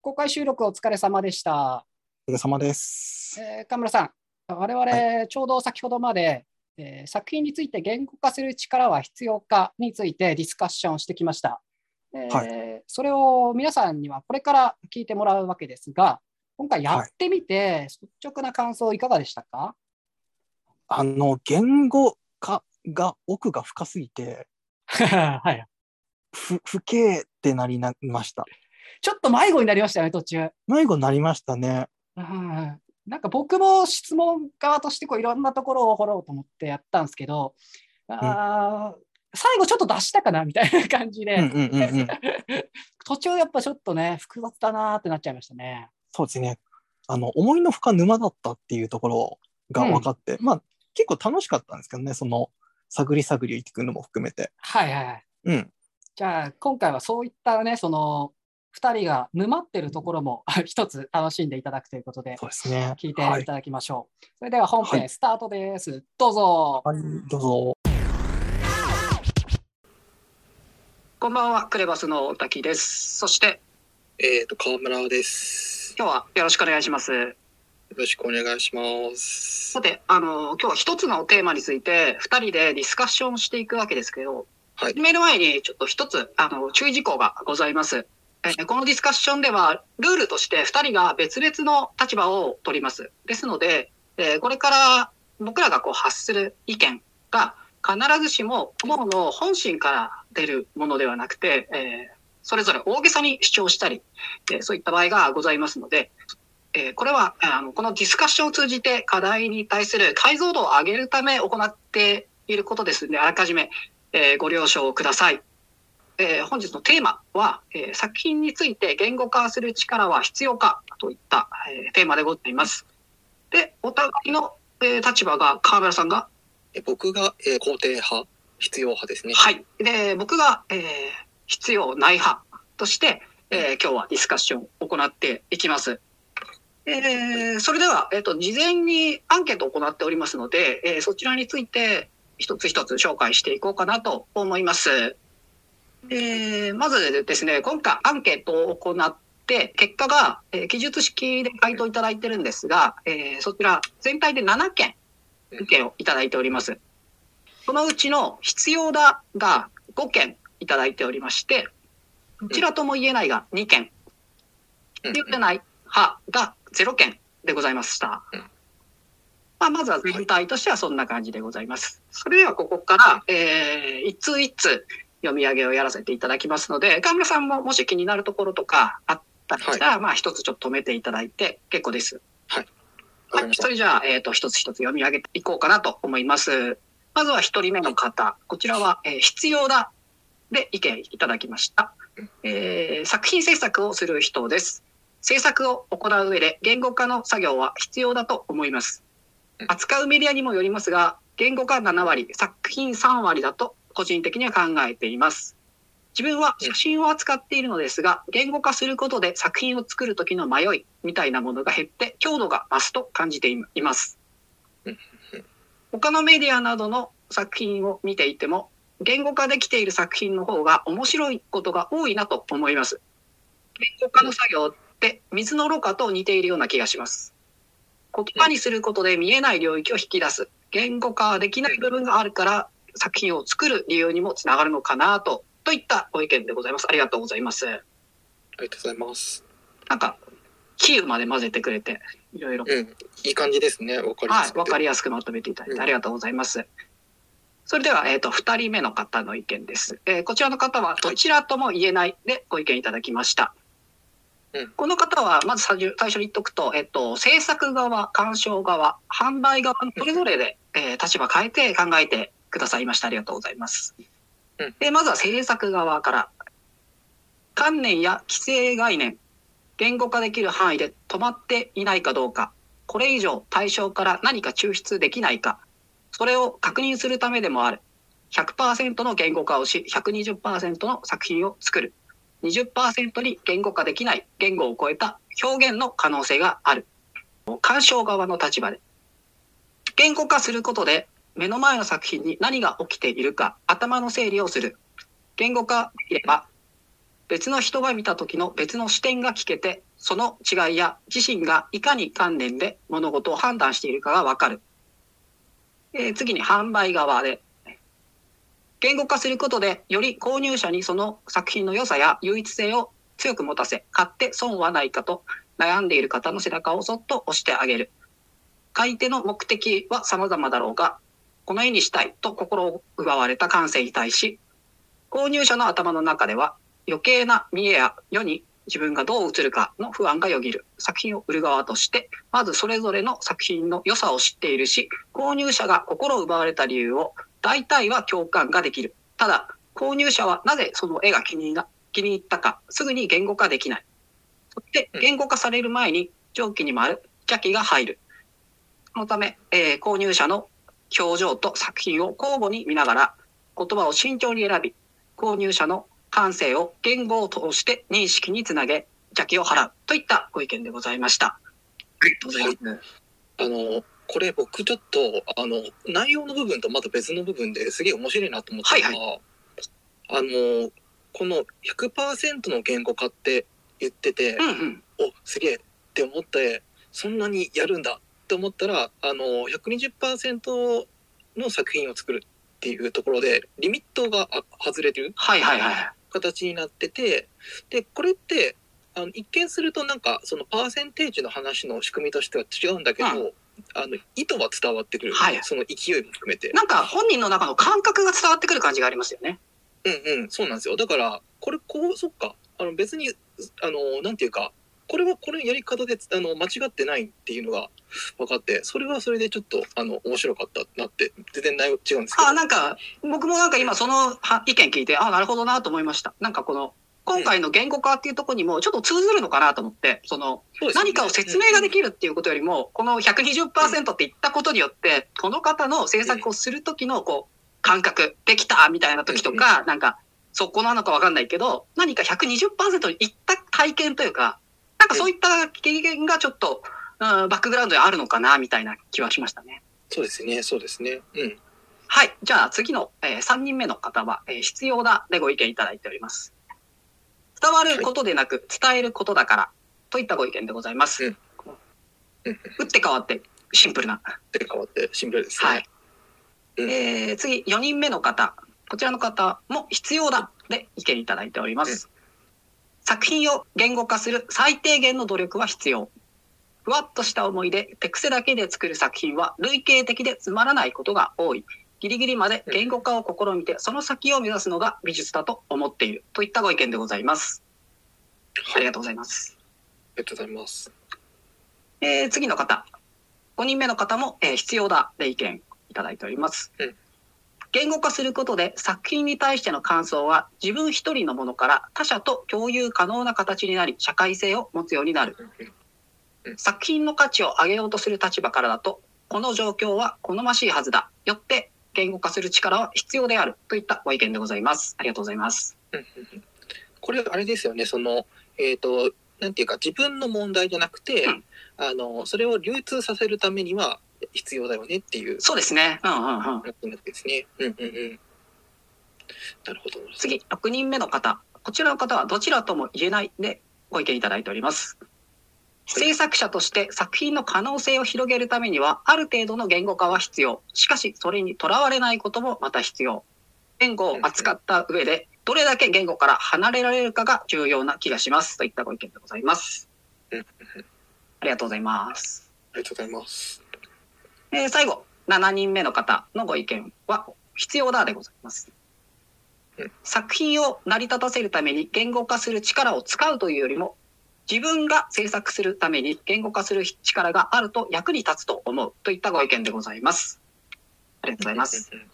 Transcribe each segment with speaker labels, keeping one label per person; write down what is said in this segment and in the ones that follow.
Speaker 1: 公開収録お疲れ様でした。
Speaker 2: お疲れ様です。
Speaker 1: えー、神村さん、我々、ちょうど先ほどまで、えー作品について言語化する力は必要かについてディスカッションをしてきました。えー
Speaker 2: は
Speaker 1: それを皆さんにはこれから聞いてもらうわけですが、今回やってみて、率直な感想いかがでしたか、
Speaker 2: あの、言語化が奥が深すぎて、
Speaker 1: はい、
Speaker 2: ふ、不敬ってなりなました。
Speaker 1: ちょっと迷子になりましたよね、途中。
Speaker 2: 迷子になりましたね。
Speaker 1: うんなんか僕も質問側としてこういろんなところを掘ろうと思ってやったんですけど、あー最後ちょっと出したかなみたいな感じで、
Speaker 2: うんうんうんうん。
Speaker 1: 途中やっぱちょっとね、複雑だなーってなっちゃいましたね。
Speaker 2: そうですね。あの、思いの深沼だったっていうところが分かって、まあ、結構楽しかったんですけどね、その、探り探り行ってくるのも含めて。
Speaker 1: はいはいはい。
Speaker 2: うん。
Speaker 1: じゃあ今回はそういったね、その2人が沼ってるところも一つ楽しんでいただくということで、
Speaker 2: そうですね。
Speaker 1: 聞いて
Speaker 2: はい
Speaker 1: いただきましょう。それでは本
Speaker 2: は
Speaker 1: 編スタートです。どうぞ。
Speaker 2: はい、どうぞ。
Speaker 1: こんばんは、クレバスの大滝です。そして
Speaker 2: えっ、と、河村です。
Speaker 1: 今日はよろしくお願いします。
Speaker 2: よろしくお願いします
Speaker 1: さ。て、あの、今日は一つのテーマについて、二人でディスカッションしていくわけですけど、
Speaker 2: はい
Speaker 1: 始める前にちょっと一つ、あの、注意事項がございます。えーこのディスカッションでは、ルールとして二人が別々の立場を取ります。ですので、えーこれから僕らがこう発する意見が、必ずしも、ものの本心から出るものではなくて、えーそれぞれ大げさに主張したり、えーそういった場合がございますので、えーこれはあのこのディスカッションを通じて課題に対する解像度を上げるため行っていることですのであらかじめ、えーご了承ください。えー本日のテーマは、えー作品について言語化する力は必要かといった、えーテーマでございます。で、お互いの、えー立場が河村さんが、
Speaker 3: え僕が、えー肯定派、必要派ですね。
Speaker 1: はい。で、僕が、えー必要ない派として、えー今日はディスカッションを行っていきます。えーそれでは、えっ、と、事前にアンケートを行っておりますので、えーそちらについて一つ一つ紹介していこうかなと思います。えーまずですね、今回アンケートを行って、結果が、えー記述式で回答いただいてるんですが、えーそちら全体で7件意見をいただいております。そのうちの必要だが5件いただいておりまして、どちらとも言えないが2件、
Speaker 3: うん
Speaker 1: 必要でない派が0件でございました
Speaker 3: うん。
Speaker 1: まあ、まずは全体としてはそんな感じでございます。それではここから、えー、一通一通読み上げをやらせていただきますので、河村さんももし気になるところとかあったりしたら、まあ一つちょっと止めていただいて結構です。
Speaker 3: わ
Speaker 1: は
Speaker 3: かり
Speaker 1: い、
Speaker 3: まし
Speaker 1: そ
Speaker 3: た。
Speaker 1: れじゃあ、えっ、と、一つ一つ読み上げていこうかなと思います。まずは一人目の方、こちらは、えー必要だで意見いただきました、えー作品制作をする人です。制作を行う上で言語化の作業は必要だと思います
Speaker 3: う。ん
Speaker 1: 扱うメディアにもよりますが、言語化7割、作品3割だと個人的には考えています。自分は写真を扱っているのですが、言語化することで作品を作る時の迷いみたいなものが減って強度が増すと感じています
Speaker 3: うん。
Speaker 1: 他のメディアなどの作品を見ていても、言語化できている作品の方が面白いことが多いなと思います。言語化の作業って水のろ過と似ているような気がします。言葉にすることで見えない領域を引き出す。言語化できない部分があるから作品を作る理由にもつながるのかなと、といったご意見でございます。ありがとうございます。
Speaker 3: ありがとうございます。
Speaker 1: なんか、比喩まで混ぜてくれて、いろいろ。
Speaker 3: うん。いい感じですね。わかりま
Speaker 1: は
Speaker 3: す
Speaker 1: い、わか
Speaker 3: り
Speaker 1: りやすくまとめていただいて
Speaker 3: うん
Speaker 1: ありがとうございます。それでは、えっ、と、二人目の方の意見です。えーこちらの方は、どちらとも言えないでご意見いただきました。
Speaker 3: うん
Speaker 1: この方は、まず最初最初に言っとくと、えっ、と、制作側、鑑賞側、販売側のそれぞれで、えー立場変えて考えてくださいました。ありがとうございます
Speaker 3: うん。
Speaker 1: で、まずは制作側から。観念や規制概念、言語化できる範囲で止まっていないかどうか、これ以上対象から何か抽出できないか、それを確認するためでもある。100%の言語化をし、120%の作品を作る。20%に言語化できない言語を超えた表現の可能性がある。鑑賞側の立場で。言語化することで目の前の作品に何が起きているか頭の整理をする。言語化できれば別の人が見た時の別の視点が聞けて、その違いや自身がいかに観念で物事を判断しているかがわかる。えー次に販売側で。言語化することで、より購入者にその作品の良さや唯一性を強く持たせ、買って損はないかと悩んでいる方の背中をそっと押してあげる。買い手の目的は様々だろうが、この絵にしたいと心を奪われた感性に対し、購入者の頭の中では余計な見えや世に自分がどう映るかの不安がよぎる。作品を売る側として、まずそれぞれの作品の良さを知っているし、購入者が心を奪われた理由を大体は共感ができる。ただ、購入者はなぜその絵が気にな気に入ったか、すぐに言語化できない。そして、言語化される前に上記にもある邪気が入る。そのため、えー購入者の表情と作品を交互に見ながら、言葉を慎重に選び、購入者の感性を言語を通して認識につなげ、邪気を払うといったご意見でございました。ありがとうございます。
Speaker 3: あの、これ僕ちょっと、あの、内容の部分とまた別の部分ですげえ面白いなと思ったのは、あの、この100%の言語化って言ってて、
Speaker 1: うんうん。
Speaker 3: おすげえって思ってそんなにやるんだって思ったらあの120%の作品を作るっていうところでリミットがあ外れてる
Speaker 1: はいはいはい。
Speaker 3: 形になっててでこれってあの一見するとなんかそのパーセンテージの話の仕組みとしては違うんだけど、
Speaker 1: う
Speaker 3: あの意図は伝わってくる、
Speaker 1: はい
Speaker 3: その勢いも含めて。
Speaker 1: なんか本人の中の感覚が伝わってくる感じがありますよね。
Speaker 3: うんうん、そうなんですよ。だから、これ、こう、そっか。あの、別に、あの、なんていうか、これはこのやり方で、あの、間違ってないっていうのが分かって、それはそれでちょっと、あの、面白かったなって、全然内容違うんですけど。
Speaker 1: あ、なんか、僕もなんか今そのは意見聞いて、あ、なるほどなと思いました。なんかこの、今回の言語化っていうところにもちょっと通ずるのかなと思って、その、
Speaker 3: そうですね
Speaker 1: 何かを説明ができるっていうことよりも、この120%って言ったことによって、この方の制作をする時のこう感覚、できたみたいな時とか、なんか、そこなのかわかんないけど、何か120%にいった体験というか、なんかそういった経験がちょっと、うん、バックグラウンドにあるのかなみたいな気はしましたね。
Speaker 3: そうですね、そうですね。うん。
Speaker 1: はい。じゃあ次の、えー3人目の方は、えー必要だでご意見いただいております。伝わることでなく伝えることだからといったご意見でございます。
Speaker 3: うんうん
Speaker 1: 打って変わってシンプルな。
Speaker 3: で、変わって、シンプルですね。
Speaker 1: はい。
Speaker 3: うん
Speaker 1: えー次、4人目の方。こちらの方も必要だで意見いただいております。作品を言語化する最低限の努力は必要。ふわっとした思いで手癖だけで作る作品は類型的でつまらないことが多い。ギリギリまで言語化を試みて、その先を目指すのが美術だと思っている。といったご意見でございます。あ
Speaker 3: はい
Speaker 1: り
Speaker 3: あ
Speaker 1: がとうございます。
Speaker 3: りがとうございます。
Speaker 1: えー次の方。5人目の方も、えー必要だで意見いただいております。
Speaker 3: うん
Speaker 1: 言語化することで作品に対しての感想は自分一人のものから他者と共有可能な形になり社会性を持つようになる。作品の価値を上げようとする立場からだとこの状況は好ましいはずだ。よって言語化する力は必要であるといったご意見でございます。ありがとうございます。
Speaker 3: これあれですよねそのえっ、となんていうか自分の問題じゃなくて、
Speaker 1: うん
Speaker 3: あのそれを流通させるためには必要だよねっていう
Speaker 1: そうですね。うんうんうん。
Speaker 3: 話ですね。うんうんうん。なるほど。
Speaker 1: 次、6人目の方。こちらの方はどちらとも言えないでご意見いただいております。制作者として作品の可能性を広げるためには、ある程度の言語化は必要。しかし、それにとらわれないこともまた必要。言語を扱った上で、どれだけ言語から離れられるかが重要な気がします。といったご意見でございます
Speaker 3: うんうん。
Speaker 1: ありがとうございます。
Speaker 3: ありがとうございます。
Speaker 1: えー最後、7人目の方のご意見は、必要だでございます
Speaker 3: うん。
Speaker 1: 作品を成り立たせるために言語化する力を使うというよりも、自分が制作するために言語化する力があると役に立つと思うといったご意見でございます。ありがとうございます。
Speaker 3: うんうんうん。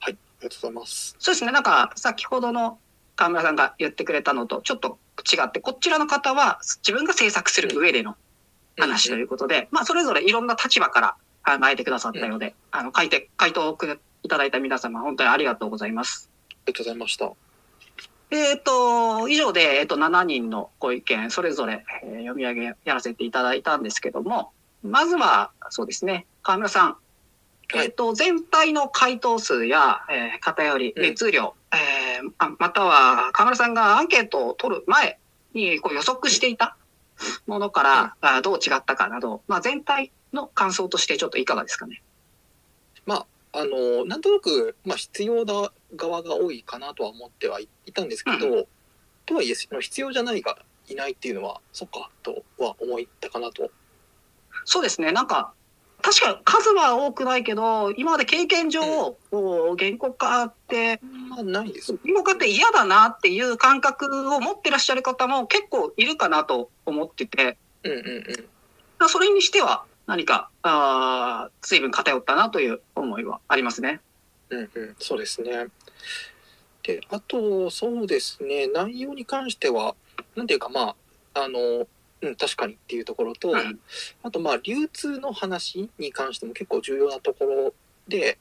Speaker 3: はい、ありがとうございます。
Speaker 1: そうですね、なんか先ほどの河村さんが言ってくれたのとちょっと違って、こちらの方は自分が制作する上での話と
Speaker 3: うん
Speaker 1: い
Speaker 3: うん
Speaker 1: うことで、まあ、それぞれいろんな立場からあ考えてくださったようで、あの、書いて、回答をくいただいた皆様、本当にありがとうございます。
Speaker 3: ありがとうございました。
Speaker 1: えっ、と、以上で、えっ、と、7人のご意見、それぞれ、えー読み上げやらせていただいたんですけども、まずは、そうですね、河村さん、
Speaker 3: はい
Speaker 1: えっ、と、全体の回答数や、えー偏り、
Speaker 3: うん
Speaker 1: 熱量、えーあまたは河村さんがアンケートを取る前にこう予測していたものからあどう違ったかなど、まあ、全体の感想としてちょっといかがですかね。
Speaker 3: あのなんとなく、まあ、必要な側が多いかなとは思ってはいいたんですけど、とはいえその必要じゃないがいないっていうのはそっかとは思ったかなと。
Speaker 1: そうですねなんか確か数は多くないけど今まで経験上こう原稿化って
Speaker 3: まあないです。
Speaker 1: 原稿化って嫌だなっていう感覚を持ってらっしゃる方も結構いるかなと思ってて。
Speaker 3: うんうんうん。
Speaker 1: まあそれにしては何か、あー随分偏ったなという思いはありますね。
Speaker 3: うんうん、そうですね。で、あと、そうですね、内容に関しては、なんていうか、まあ、あの、うん、確かにっていうところと、
Speaker 1: うん
Speaker 3: あと、まあ、流通の話に関しても結構重要なところで、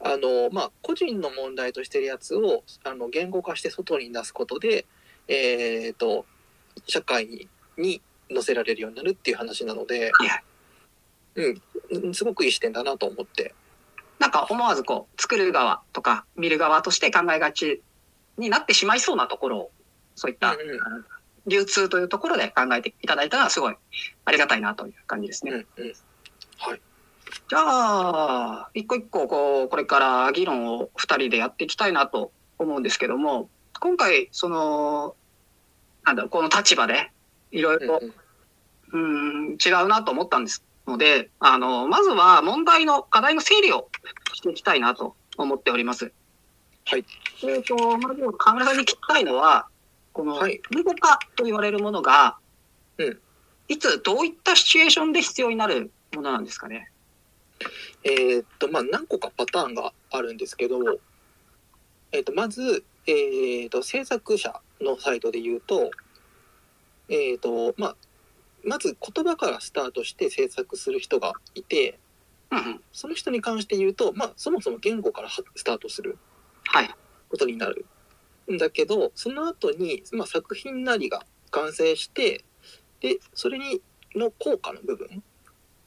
Speaker 3: あの、まあ、個人の問題としてるやつを、あの、言語化して外に出すことで、えっ、と、社会に、に載せられるようになるっていう話なので、
Speaker 1: はいはい
Speaker 3: うん、すごくいい視点だなと思って、
Speaker 1: なんか思わずこう、作る側とか見る側として考えがちになってしまいそうなところを、そういった
Speaker 3: うんうん
Speaker 1: 流通というところで考えていただいたのはすごいありがたいなという感じですね。
Speaker 3: うんうん。
Speaker 1: じゃあ、一個一個こう、これから議論を二人でやっていきたいなと思うんですけども、今回、その、なんだろう、この立場でいろいろ
Speaker 3: うんうん
Speaker 1: うーん、違うなと思ったんですので、あの、まずは問題の課題の整理をしていきたいなと思っております。
Speaker 3: はい。
Speaker 1: えっと、まず、河村さんに聞きたいのは、この、
Speaker 3: はい
Speaker 1: 無語化と言われるものが、
Speaker 3: うん
Speaker 1: いつ、どういったシチュエーションで必要になるものなんですかね。
Speaker 3: えーっと、まあ、何個かパターンがあるんですけど、えーっと、まず、えーっと、制作者のサイトで言うと、えーっと、まあ、まず言葉からスタートして制作する人がいて、
Speaker 1: うんうん。
Speaker 3: その人に関して言うと、まあ、そもそも言語からはスタートする
Speaker 1: はい。
Speaker 3: ことになるんだけど、その後に、まあ、作品なりが完成して、で、それに、の効果の部分、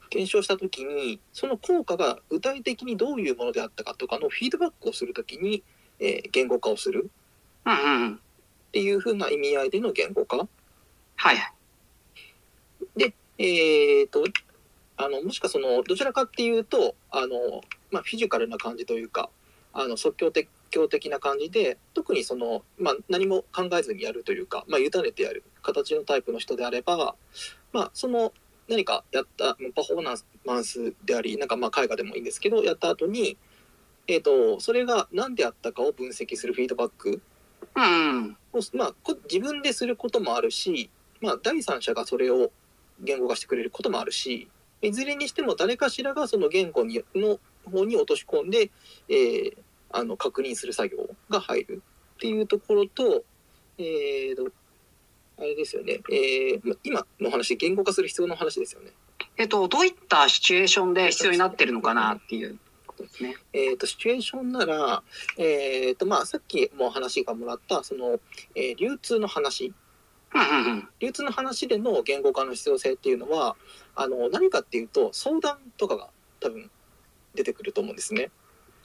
Speaker 3: 検証したときに、その効果が具体的にどういうものであったかとかのフィードバックをするときに、えー言語化をする
Speaker 1: うんうんうん。
Speaker 3: っていう風な意味合いでの言語化。
Speaker 1: はい。
Speaker 3: えーと、あの、もしかその、どちらかっていうと、あの、まあ、フィジカルな感じというか、あの、即興的、興的な感じで、特にその、まあ、何も考えずにやるというか、まあ、委ねてやる形のタイプの人であれば、まあ、その、何かやった、まあパフォーマンスであり、なんかまあ、絵画でもいいんですけど、やった後に、えーと、それが何であったかを分析するフィードバック
Speaker 1: うんうん。
Speaker 3: もうまあ、こ自分ですることもあるし、まあ、第三者がそれを言語化してくれることもあるしいずれにしても誰かしらがその言語にの方に落とし込んで、えーあの確認する作業が入るっていうところと,、えーとあれですよね、えーま今の話言語化する必要の話ですよね。
Speaker 1: えっと、どういったシチュエーションで必要になってるのかなっていうことですね。
Speaker 3: えー、とシチュエーションなら、えーとまあ、さっきも話がもらったその、えー流通の話
Speaker 1: うんうんうん。
Speaker 3: 流通の話での言語化の必要性っていうのはあの何かっていうと相談とかが多分出てくると思うんですね。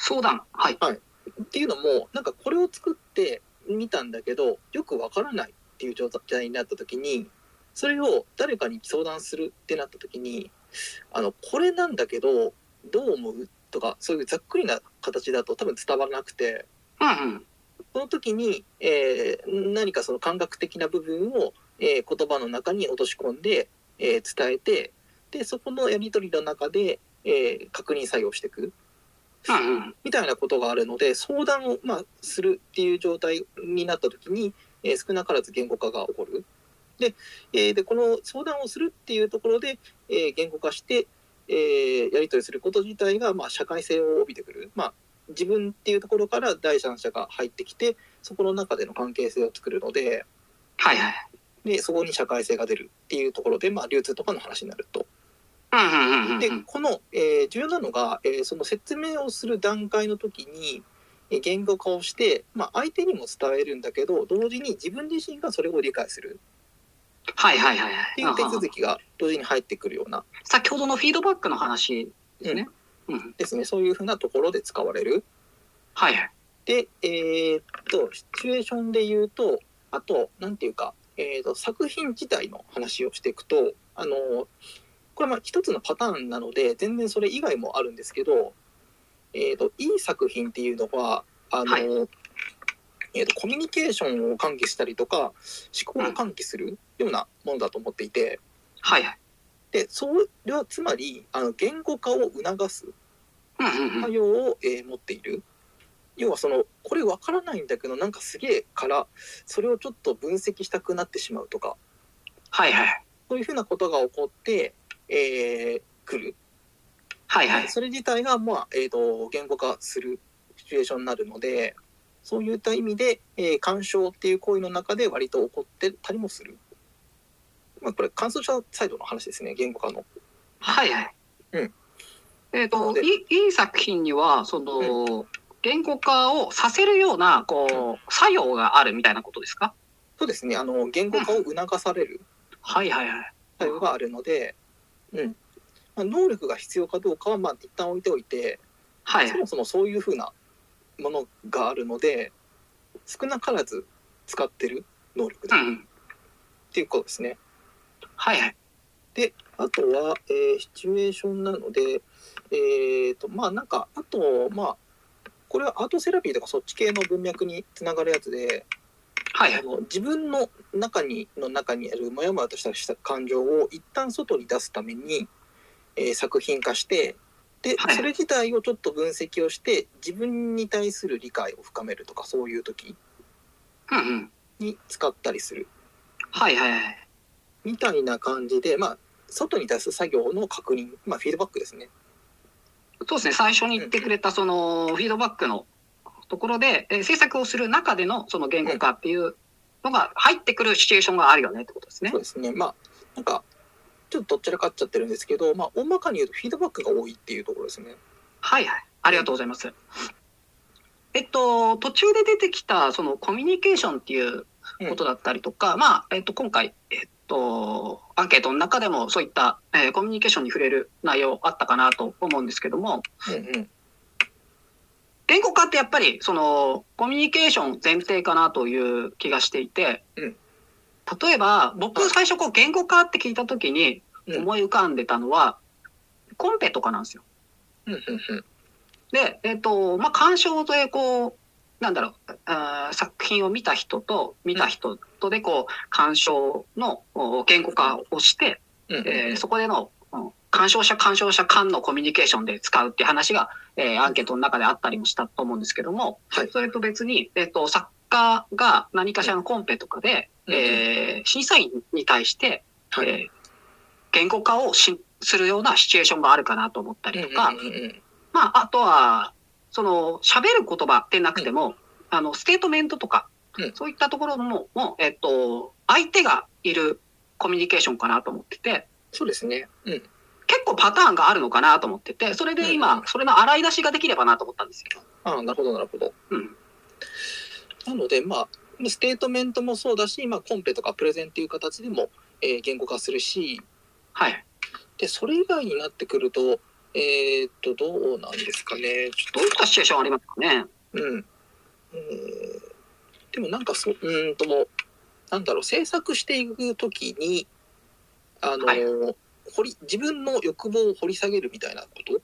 Speaker 1: 相談。はい。
Speaker 3: っていうのもなんかこれを作ってみたんだけどよくわからないっていう状態になった時にそれを誰かに相談するってなった時にあのこれなんだけどどう思うとかそういうざっくりな形だと多分伝わらなくて
Speaker 1: うんうん。
Speaker 3: その時に、えー何かその感覚的な部分を、えー言葉の中に落とし込んで、えー伝えてでそこのやり取りの中で、えー確認作業していく
Speaker 1: うんうん。
Speaker 3: みたいなことがあるので相談を、まあ、するっていう状態になった時に、えー少なからず言語化が起こる。で,、えーでこの相談をするっていうところで、えー言語化して、えーやり取りすること自体が、まあ、社会性を帯びてくる、まあ、自分っていうところから第三者が入ってきてそこの中での関係性を作るので
Speaker 1: はいはい。
Speaker 3: でそこに社会性が出るっていうところで、まあ、流通とかの話になると。
Speaker 1: うんうんうんうん。
Speaker 3: でこの、えー重要なのが、えーその説明をする段階の時にえー言語化をして、まあ、相手にも伝えるんだけど同時に自分自身がそれを理解する
Speaker 1: はいはいはいはい。
Speaker 3: っていう手続
Speaker 1: き。
Speaker 3: きが同時に入ってくるような
Speaker 1: 先ほどのフィードバックの話ですね。うん。
Speaker 3: ですねそういうふうなところで使われる
Speaker 1: はいはい。
Speaker 3: で、えーっと、シチュエーションで言うと、あと、なんていうか、えーっと、作品自体の話をしていくと、あのーこれはまあ一つのパターンなので、全然それ以外もあるんですけど、えーっと、いい作品っていうのは、あのー
Speaker 1: はい
Speaker 3: えーっと、コミュニケーションを喚起したりとか、思考を喚起するようなものだと思っていて、
Speaker 1: はいはい。
Speaker 3: で、それはつまり、あの、言語化を促す
Speaker 1: うんうんうん。
Speaker 3: 作用を、えー持っている要はそのこれわからないんだけどなんかすげえからそれをちょっと分析したくなってしまうとか
Speaker 1: はいはい。
Speaker 3: そういうふうなことが起こって、えーくる、
Speaker 1: はいはい。
Speaker 3: それ自体が、まあえー、と言語化するシチュエーションになるのでそういった意味で、えー干渉っていう行為の中で割と起こってたりもする。まあ、これ感想者サイドの話ですね言語化の。
Speaker 1: はいはい。
Speaker 3: うん。
Speaker 1: えっ、
Speaker 3: なので
Speaker 1: といい、いい作品には、その、言語化をさせるような、こう、作用があるみたいなことですか
Speaker 3: そうですねあの言語化を促される
Speaker 1: はいはいはい。
Speaker 3: 対応があるので、うんまあ、能力が必要かどうかはまあ一旦置いておいて
Speaker 1: はい
Speaker 3: そ。もそもそういうふうなものがあるので少なからず使ってる能力
Speaker 1: う
Speaker 3: だっ
Speaker 1: ん。
Speaker 3: ていうことですね。
Speaker 1: はいはい。
Speaker 3: あとは、えーシチュエーションなので、えーとまあなんかあとまあこれはアートセラピーとかそっち系の文脈につながるやつで
Speaker 1: はいは
Speaker 3: あ
Speaker 1: い。
Speaker 3: の自分の中にの中にあるモヤモヤとした感情を一旦外に出すために、えー作品化してで、
Speaker 1: はい
Speaker 3: それ自体をちょっと分析をして自分に対する理解を深めるとかそういう時
Speaker 1: うんうん。
Speaker 3: に使ったりする
Speaker 1: はいはいはい。
Speaker 3: みたいな感じでまあ外に出す作業の確認、まあ、フィードバックですね。
Speaker 1: そうですね、最初に言ってくれた、その、フィードバックのところで、えー制作をする中での、その言語化っていうのが入ってくるシチュエーションがあるよねってことですね
Speaker 3: そう。ですね。まあなんかちょっとどっちらかっちゃってるんですけど、まあ大まかに言うとフィードバックが多いっていうところですね。
Speaker 1: はいはい。ありがとうございます。えっと、途中で出てきた、そのコミュニケーションっていうことだったりとか、まあ、えっと、今回、えっと、アンケートの中でもそういった、えーコミュニケーションに触れる内容あったかなと思うんですけども、
Speaker 3: うんうん。
Speaker 1: 言語化ってやっぱりそのコミュニケーション前提かなという気がしていて、
Speaker 3: うん
Speaker 1: 例えば僕
Speaker 3: はい
Speaker 1: 最初こう言語化って聞いた時に
Speaker 3: うん
Speaker 1: 思い浮かんでたのは、コンペとかなんですよ。
Speaker 3: うんうんうん。
Speaker 1: で、えっとまあ、鑑賞でこうなんだろうあー作品を見た人と見た人とでこう鑑賞のお言語化をして、
Speaker 3: うんうんうん
Speaker 1: えーそこでのうん鑑賞者鑑賞者間のコミュニケーションで使うっていう話が、えーアンケートの中であったりもしたと思うんですけども、
Speaker 3: はい
Speaker 1: それと別に、えっと作家が何かしらのコンペとかで、
Speaker 3: うん
Speaker 1: えー審査員に対して、
Speaker 3: はい
Speaker 1: えー言語化をしするようなシチュエーションがあるかなと思ったりとか、
Speaker 3: うんうんうんうん
Speaker 1: まあ、あとは、その、喋る言葉でなくても、あの、ステートメントとか、
Speaker 3: うん
Speaker 1: そういったところも、もうえっと、相手がいるコミュニケーションかなと思ってて、
Speaker 3: そうですね。うん。
Speaker 1: 結構パターンがあるのかなと思ってて、それで今、
Speaker 3: うん
Speaker 1: それの洗い出しができればなと思ったんですよ。
Speaker 3: ああ、なるほど、なるほど。
Speaker 1: うん。
Speaker 3: なので、まあ、ステートメントもそうだし、まあ、コンペとかプレゼンっていう形でも、えー言語化するし、
Speaker 1: はい。
Speaker 3: で、それ以外になってくると、えーっと、どうなんですかね。ち
Speaker 1: ど
Speaker 3: ょ
Speaker 1: うい
Speaker 3: っ
Speaker 1: ったシチュエーションありますかね。
Speaker 3: と、うん。えーでもなんかそ、うーんともう、なんだろう、制作していくときに、あの、
Speaker 1: はい
Speaker 3: 掘り、自分の欲望を掘り下げるみたいなこと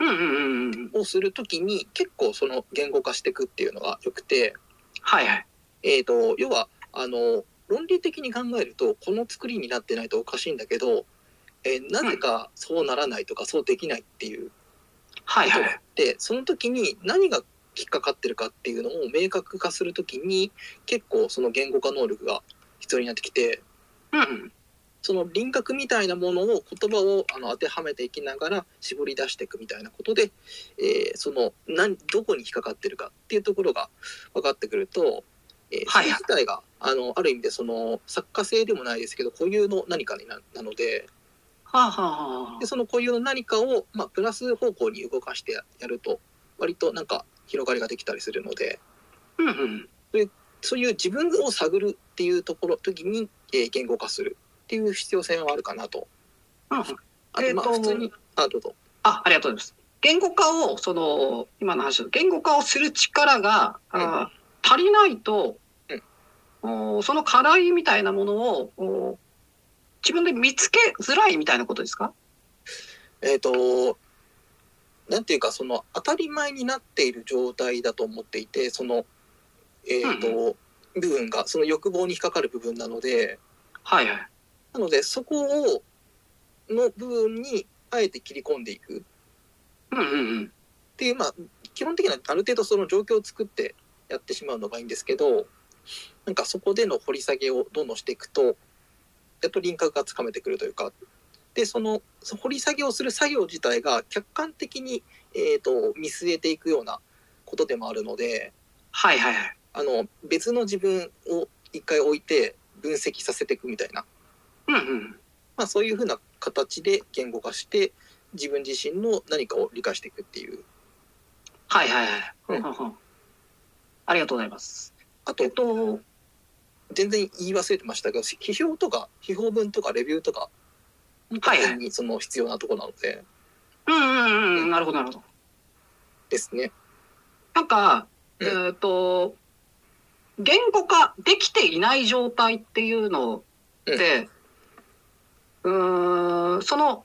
Speaker 1: うんうんうんうん。
Speaker 3: をするときに結構その言語化していくっていうのが良くて、
Speaker 1: はいはい。
Speaker 3: えー、と要はあの論理的に考えるとこの作りになってないとおかしいんだけど、えーなぜかそうならないとかそうできないっていう
Speaker 1: はい
Speaker 3: こと
Speaker 1: は
Speaker 3: があ
Speaker 1: い。
Speaker 3: ってその時に何が引っかかってるかっていうのを明確化する時に結構その言語化能力が必要になってきて
Speaker 1: うんうん。
Speaker 3: その輪郭みたいなものを言葉をあの当てはめていきながら絞り出していくみたいなことで、えーその何どこに引っかかってるかっていうところが分かってくると、えー
Speaker 1: はい
Speaker 3: それ自体があのある意味でその作家性でもないですけど固有の何かにななので
Speaker 1: はあ、はあはあ
Speaker 3: で、その固有の何かを、まあ、プラス方向に動かしてややると割となんか広がりができたりするので
Speaker 1: うんうん。
Speaker 3: そういう自分を探るっていうところ時に、えー言語化するっていう必要性はあるかなと。
Speaker 1: うんう
Speaker 3: あ
Speaker 1: ん
Speaker 3: とまあ
Speaker 1: えーと
Speaker 3: 普通に、あどうぞ
Speaker 1: あ、ありがとうございます。言語化を、その、今の話だと、言語化をする力が、あー足りないと、おーその課題みたいなものを、おー自分で見つけづらいみたいなことですか
Speaker 3: えっ、と、なんていうか、その当たり前になっている状態だと思っていて、その、えっ、と、部分が、その欲望に引っかかる部分なので、
Speaker 1: はいはい。
Speaker 3: なので、そこを、の部分に、あえて切り込んでいく。
Speaker 1: うんうんうん。
Speaker 3: っていう、まあ、基本的にはある程度その状況を作ってやってしまうのがいいんですけど、なんかそこでの掘り下げをどんどんしていくと、やっと輪郭がつかめてくるというか、で、その、その掘り下げをする作業自体が客観的に、えー、と見据えていくようなことでもあるので、
Speaker 1: はいはいはい。
Speaker 3: あの、別の自分を一回置いて分析させていくみたいな、
Speaker 1: うんうん。
Speaker 3: まあそういうふうな形で言語化して、自分自身の何かを理解していくっていう。
Speaker 1: はいはいはい。
Speaker 3: うん
Speaker 1: うんうんありがとうございます。
Speaker 3: あと
Speaker 1: えっ、と、
Speaker 3: 全然言い忘れてましたけど批評とか批評文とかレビューとか
Speaker 1: はいはい
Speaker 3: 完全にその必要なとこなので
Speaker 1: うんうんうん、なるほどなるほど。
Speaker 3: ですね。
Speaker 1: なんか、
Speaker 3: う
Speaker 1: え
Speaker 3: ん
Speaker 1: っと、言語化できていない状態っていうのって、うーん、その、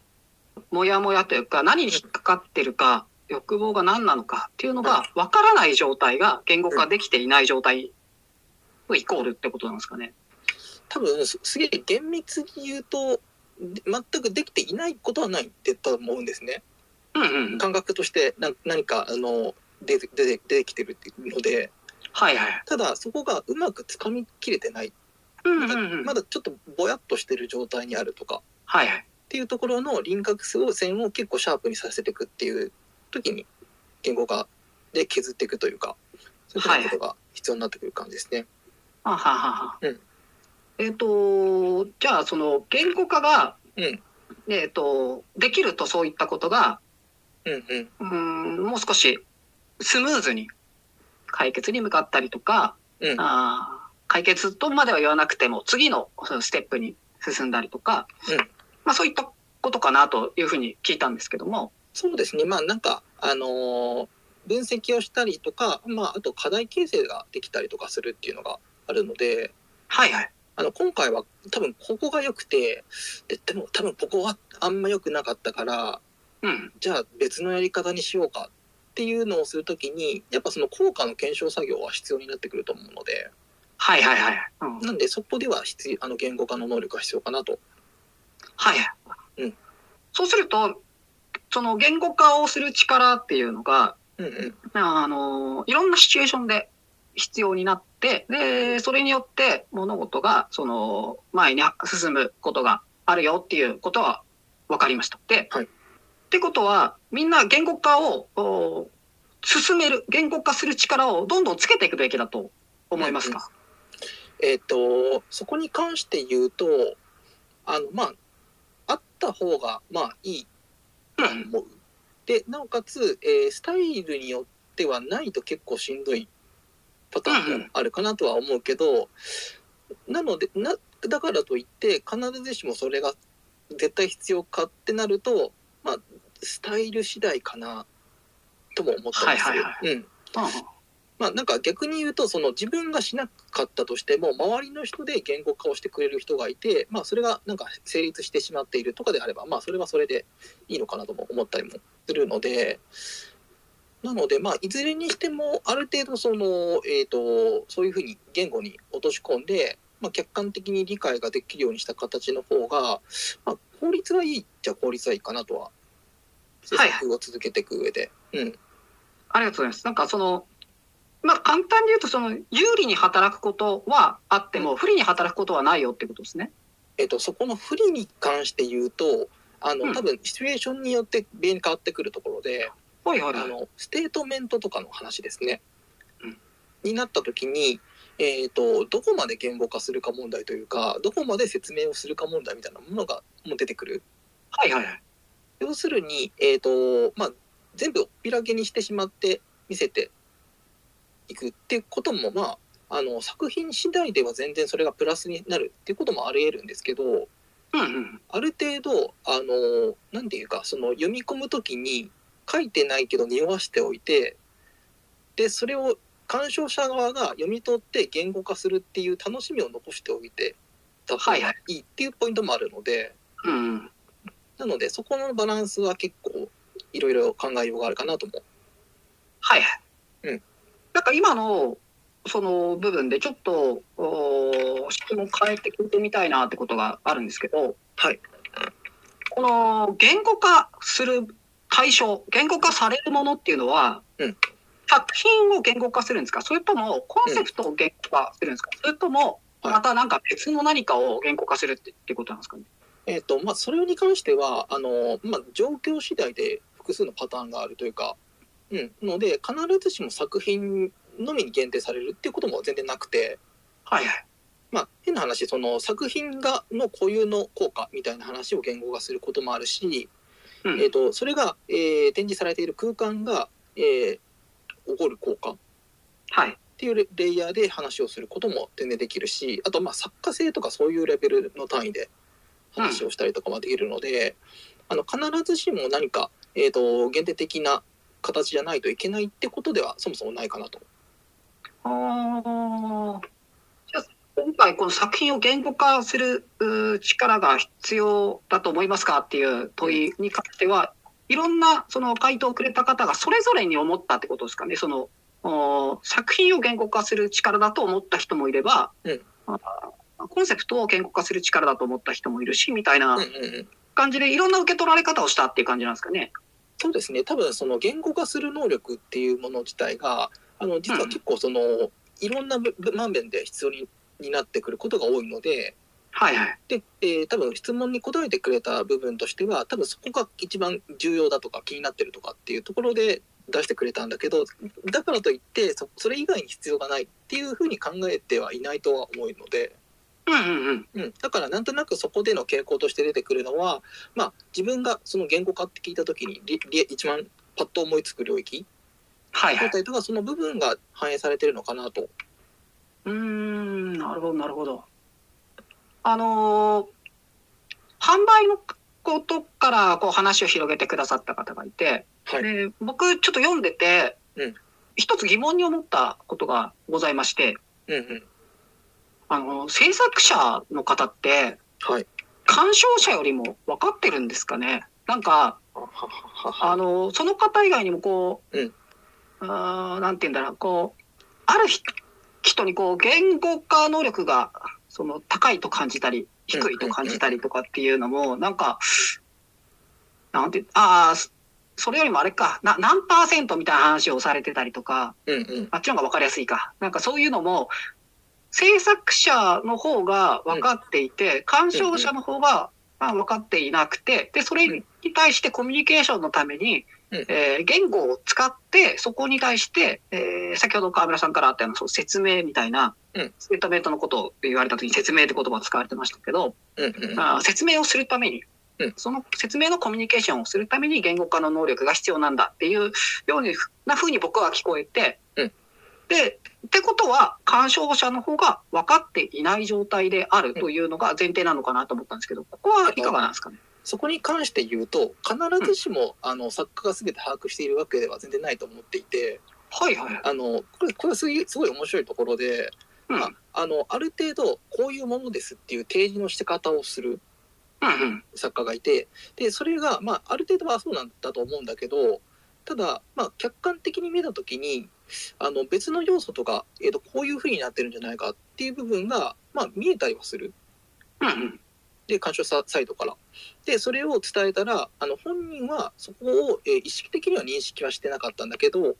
Speaker 1: もやもやというか、何に引っかかってるか、欲望が何なのかっていうのが分からない状態が言語化できていない状態のイコールってことなんですかね。
Speaker 3: 多分すすげえ厳密に言うとで全くできていないことはないってと思うんですね。
Speaker 1: うんうん。
Speaker 3: 感覚としてな何かあの出て出て出てきてるっていうので
Speaker 1: はいはい。
Speaker 3: ただそこがうまくつかみきれてない
Speaker 1: うん
Speaker 3: ま
Speaker 1: う
Speaker 3: だ
Speaker 1: んうん。
Speaker 3: まだちょっとぼやっとしてる状態にあるとか
Speaker 1: はいはい。
Speaker 3: っていうところの輪郭を線を結構シャープにさせていくっていう時に言語化で削っていくというかそういうことが必要になってくる感じですね。
Speaker 1: あははは。
Speaker 3: うん
Speaker 1: えっ、と、じゃあ、その言語化が、
Speaker 3: うん
Speaker 1: えっ、と、できるとそういったことが、
Speaker 3: うんうん
Speaker 1: うーん、もう少しスムーズに解決に向かったりとか、
Speaker 3: うん
Speaker 1: あー解決とまでは言わなくても、次のそのステップに進んだりとか、
Speaker 3: うん
Speaker 1: まあそういったことかなというふうに聞いたんですけども、
Speaker 3: そうですねまあなんかあのー分析をしたりとか、まあ、あと課題形成ができたりとかするっていうのがあるので
Speaker 1: はいはい。
Speaker 3: あの今回は多分ここが良くてででも多分ここはあんま良くなかったから
Speaker 1: うん。
Speaker 3: じゃあ別のやり方にしようかっていうのをするときにやっぱその効果の検証作業は必要になってくると思うので
Speaker 1: はいはいはい。うん、
Speaker 3: なんでそこでは必要あの言語化の能力が必要かなと。
Speaker 1: はい。
Speaker 3: うん
Speaker 1: そうすると、その言語化をする力っていうのが、
Speaker 3: うんうん
Speaker 1: あの、いろんなシチュエーションで必要になって、で、それによって物事が、その、前に進むことがあるよっていうことは分かりました。で、
Speaker 3: はい
Speaker 1: ってことは、みんな言語化をお進める、言語化する力をどんどんつけていくべきだと思いますか、
Speaker 3: えっ、とそこに関して言うとあのまああった方がまあいいと
Speaker 1: うん
Speaker 3: 思う。でなおかつ、えースタイルによってはないと結構しんどいパターンもあるかなとは思うけど、なのでなだからといって必ずしもそれが絶対必要かってなるとまあスタイル次第かなとも思ったりする。
Speaker 1: はいは
Speaker 3: う
Speaker 1: い
Speaker 3: んまあなんか逆に言うとその自分がしなかったとしても周りの人で言語化をしてくれる人がいてまあそれがなんか成立してしまっているとかであればまあそれはそれでいいのかなとも思ったりもするのでなのでまあいずれにしてもある程度そのえっ、とそういうふうに言語に落とし込んでまあ客観的に理解ができるようにした形の方がまあ効率はいいっちゃ効率はいいかなとは制
Speaker 1: はい
Speaker 3: 作を続けていく上で。うん
Speaker 1: ありがとうございます。なんかその、まあ、簡単に言うと、その、有利に働くことはあっても、不利に働くことはないよってことですね。
Speaker 3: えっと、そこの不利に関して言うとあの、
Speaker 1: うん
Speaker 3: 多分シチュエーションによって便に変わってくるところで、
Speaker 1: はいはい
Speaker 3: あ
Speaker 1: はい。
Speaker 3: のステートメントとかの話ですね、
Speaker 1: うん
Speaker 3: になった時に、えっとどこまで言語化するか問題というかどこまで説明をするか問題みたいなものがもう出てくる
Speaker 1: はいはいはい。
Speaker 3: 要するに、えっとまあ、全部おっぴらげにしてしまって見せていくっていうこともまああの作品次第では全然それがプラスになるっていうこともあり得るんですけど、
Speaker 1: うんうん。
Speaker 3: ある程度あの何て言うかその読み込むときに書いてないけど匂わしておいてでそれを鑑賞者側が読み取って言語化するっていう楽しみを残しておいてた方がいいっていうポイントもあるので、
Speaker 1: うん。
Speaker 3: なのでそこのバランスは結構いろいろ考えようがあるかなと思う。
Speaker 1: はいはい。
Speaker 3: うん。
Speaker 1: なんか今の、その部分でちょっと、おー質問変えて聞いてみたいなってことがあるんですけど、
Speaker 3: はい。
Speaker 1: この言語化する対象、言語化されるものっていうのは、
Speaker 3: うん
Speaker 1: 作品を言語化するんですかそれともコンセプトを言語化するんですか、それとも、
Speaker 3: はい
Speaker 1: またなんか別の何かを言語化するってってことなんですかね
Speaker 3: えっとまあ、それに関してはあの、まあ、状況次第で複数のパターンがあるというか、うん、ので必ずしも作品のみに限定されるっていうことも全然なくて、
Speaker 1: はいはい。
Speaker 3: まあ、変な話その作品がの固有の効果みたいな話を言語化することもあるし、
Speaker 1: うん
Speaker 3: えっとそれが、えー展示されている空間が、えー起こる効果
Speaker 1: はい。
Speaker 3: っていうレレイヤーで話をすることも全然できるしあとまあ作家性とかそういうレベルの単位で話をしたりとかもできるので、あの必ずしも何か、えー、と限定的な形じゃないといけないってことではそもそもないかなと。
Speaker 1: あーじゃあ今回この作品を言語化するうー力が必要だと思いますかっていう問いに関しては、いろんなその回答をくれた方がそれぞれに思ったってことですかね。そのお作品を言語化する力だと思った人もいれば、
Speaker 3: うん
Speaker 1: あーコンセプトを言語化する力だと思った人もいるし、みたいな
Speaker 3: うんうんうん
Speaker 1: 感じでいろんな受け取られ方をしたっていう感じなんですかね。
Speaker 3: そうですね多分その言語化する能力っていうもの自体があの実は結構その、いろんなぶぶ満面で必要にになってくることが多いので
Speaker 1: はいはい。
Speaker 3: で、えー多分質問に答えてくれた部分としては多分そこが一番重要だとか気になってるとかっていうところで出してくれたんだけどだからといってそそれ以外に必要がないっていうふうに考えてはいないとは思うので、
Speaker 1: うんうんうん。
Speaker 3: うん、だからなんとなくそこでの傾向として出てくるのは、まあ、自分がその言語化って聞いた時にりり一番パッと思いつく領域
Speaker 1: はいは
Speaker 3: だっ
Speaker 1: い。
Speaker 3: たりとかその部分が反映されてるのかなと。
Speaker 1: うーん、なるほど、なるほど。あのー販売のことからこう話を広げてくださった方がいて、
Speaker 3: はい
Speaker 1: で僕ちょっと読んでて、
Speaker 3: うん
Speaker 1: 一つ疑問に思ったことがございまして、
Speaker 3: うんうん
Speaker 1: あのー制作者の方って、
Speaker 3: はい、
Speaker 1: 鑑賞者よりも分かってるんですかねなんか、あのーその方以外にもこう、
Speaker 3: うん
Speaker 1: あーなんて言うんだろう、こう、ある人人にこう言語化能力がその高いと感じたり低いと感じたりとかっていうのもなんかなんてああそそれよりもあれかな何パーセントみたいな話をされてたりとか
Speaker 3: うんうん
Speaker 1: あっちの方が分かりやすいかなんかそういうのも制作者の方が分かっていて鑑賞者の方がまあ分かっていなくてでそれに対してコミュニケーションのために
Speaker 3: うん
Speaker 1: えー言語を使ってそこに対してえー先ほど川村さんからあったようなそう説明みたいな
Speaker 3: うん
Speaker 1: ステートメントのことを言われた時に説明って言葉を使われてましたけど
Speaker 3: うんうん
Speaker 1: あー説明をするために
Speaker 3: うん
Speaker 1: その説明のコミュニケーションをするために言語化の能力が必要なんだっていうようにな風に僕は聞こえて、
Speaker 3: うん
Speaker 1: でってことは鑑賞者の方が分かっていない状態であるというのが前提なのかなと思ったんですけどここはいかがなんですかね
Speaker 3: そこに関して言うと必ずしも、あの作家が全て把握しているわけでは全然ないと思っていて
Speaker 1: はいはい。
Speaker 3: あのこれこれはすごいすごい面白いところで、
Speaker 1: うんうん
Speaker 3: まあ、あのある程度こういうものですっていう提示の仕方をする
Speaker 1: うん
Speaker 3: 作家がいてでそれが、まあ、ある程度はそうなんだと思うんだけどただ、まあ、客観的に見た時にあの別の要素とか、えー、とこういうふうになってるんじゃないかっていう部分が、まあ、見えたりはする。
Speaker 1: うんうん
Speaker 3: で鑑賞者サイドから。でそれを伝えたらあの本人はそこを、えー意識的には認識はしてなかったんだけど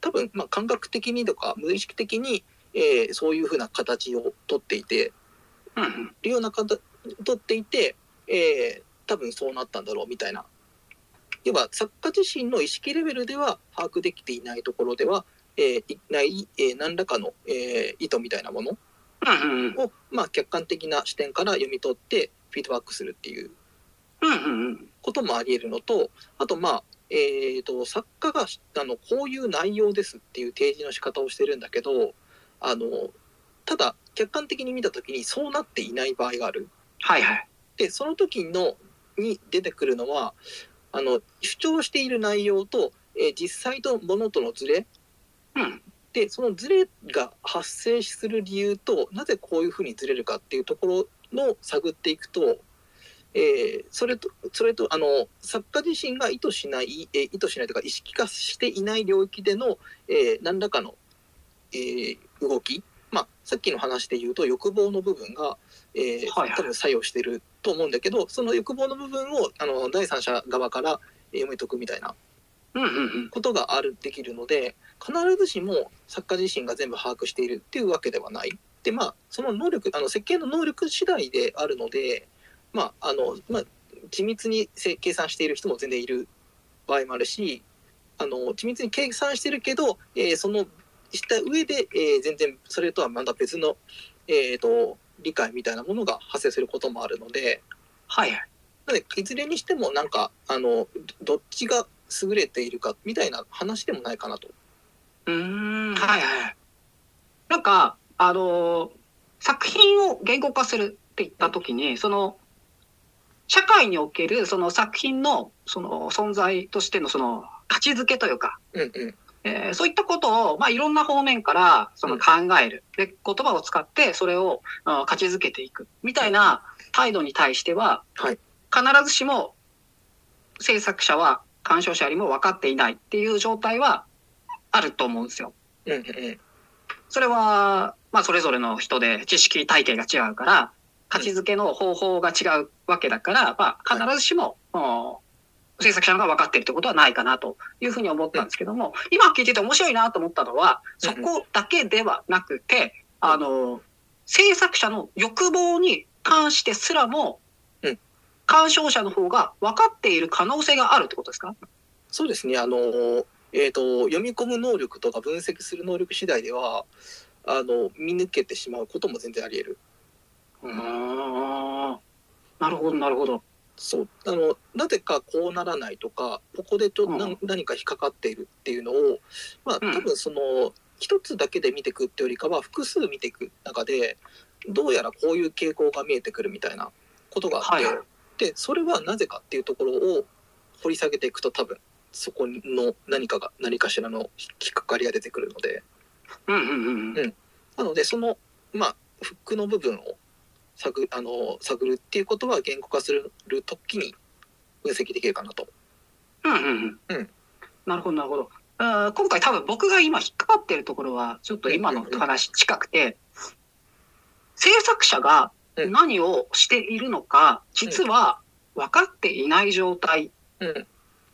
Speaker 3: 多分、まあ、感覚的にとか無意識的に、えーそういうふうな形をとっていて
Speaker 1: うんうん
Speaker 3: るような形とっていて、えー多分そうなったんだろうみたいな。要は作家自身の意識レベルでは把握できていないところでは、えーいない、えー何らかの、えー意図みたいなもの
Speaker 1: うんうん
Speaker 3: を、まあ、客観的な視点から読み取ってフィードバックするっていう
Speaker 1: うんうんうん
Speaker 3: こともあり得るのとあとまあえー、と作家があのこういう内容ですっていう提示の仕方をしてるんだけどあのただ客観的に見た時にそうなっていない場合がある。
Speaker 1: はいはい。
Speaker 3: でその時のに出てくるのはあの主張している内容と、えー実際とものとのズレ
Speaker 1: うん。
Speaker 3: でそのズレが発生する理由となぜこういうふうにズレるかっていうところの探っていくと、えーそれとそれとあの作家自身が意図しない、えー意図しないというか意識化していない領域での、えー何らかの、えー動き、まあ、さっきの話で言うと欲望の部分が、えー
Speaker 1: はいはい
Speaker 3: 多分作用してると思うんだけどその欲望の部分をあの第三者側からえー読み解くみたいな
Speaker 1: うんうんうん。
Speaker 3: ことがあるできるので必ずしも作家自身が全部把握しているっていうわけではない。でまあその能力あの設計の能力次第であるのでまああの、まあ、緻密にせ計算している人も全然いる場合もあるしあの緻密に計算してるけど、えーそのした上で、えー全然それとはまた別の、えー、と理解みたいなものが発生することもあるので。
Speaker 1: はいはい。
Speaker 3: なのでいずれにしてもなんかあのどどっちが優れているかみたいな話でもないかなと。
Speaker 1: うーん、はいはい。なんか、あのー作品を言語化するって言ったときに、その、社会におけるその作品のその存在としてのその価値づけというか、
Speaker 3: うんうん
Speaker 1: えーそういったことを、まあ、いろんな方面からその考える、で言葉を使ってそれを、うん価値づけていくみたいな態度に対しては、
Speaker 3: はい
Speaker 1: 必ずしも制作者は鑑賞者よりも分かっていないっていう状態はあると思うんですよ。
Speaker 3: うんうんうん
Speaker 1: それは、まあ、それぞれの人で知識体系が違うから価値づけの方法が違うわけだから、まあ、必ずしも、うん制作者の方が分かっているってことはないかなというふうに思ったんですけども、今聞いてて面白いなと思ったのはそこだけではなくて、
Speaker 3: うん
Speaker 1: あの制作者の欲望に関してすらも、
Speaker 3: うん
Speaker 1: 鑑賞者の方が分かっている可能性があるってことですか
Speaker 3: そうですねあの、えー、と読み込む能力とか分析する能力次第ではあの見抜けてしまうことも全然あり得る。
Speaker 1: なるほどなるほど。
Speaker 3: そうあのなぜかこうならないとかここでちょっとな
Speaker 1: うん
Speaker 3: 何か引っかかっているっていうのをまあ
Speaker 1: うん
Speaker 3: 多分その一つだけで見ていくってよりかは複数見ていく中でどうやらこういう傾向が見えてくるみたいなことがあって、
Speaker 1: はいはい
Speaker 3: でそれはなぜかっていうところを掘り下げていくと多分そこの何かが何かしらの引っかかりが出てくるので
Speaker 1: うんうんうんうん
Speaker 3: なのでそのまあフックの部分を探あの探るっていうことは言語化する時に分析できるかなと。
Speaker 1: うんうんう
Speaker 3: うんん。
Speaker 1: なるほど、なるほど。あー今回多分僕が今引っかかってるところは、ちょっと今の話近くて、制作者が
Speaker 3: うん
Speaker 1: 何をしているのか、実は分かっていない状態っ
Speaker 3: うん、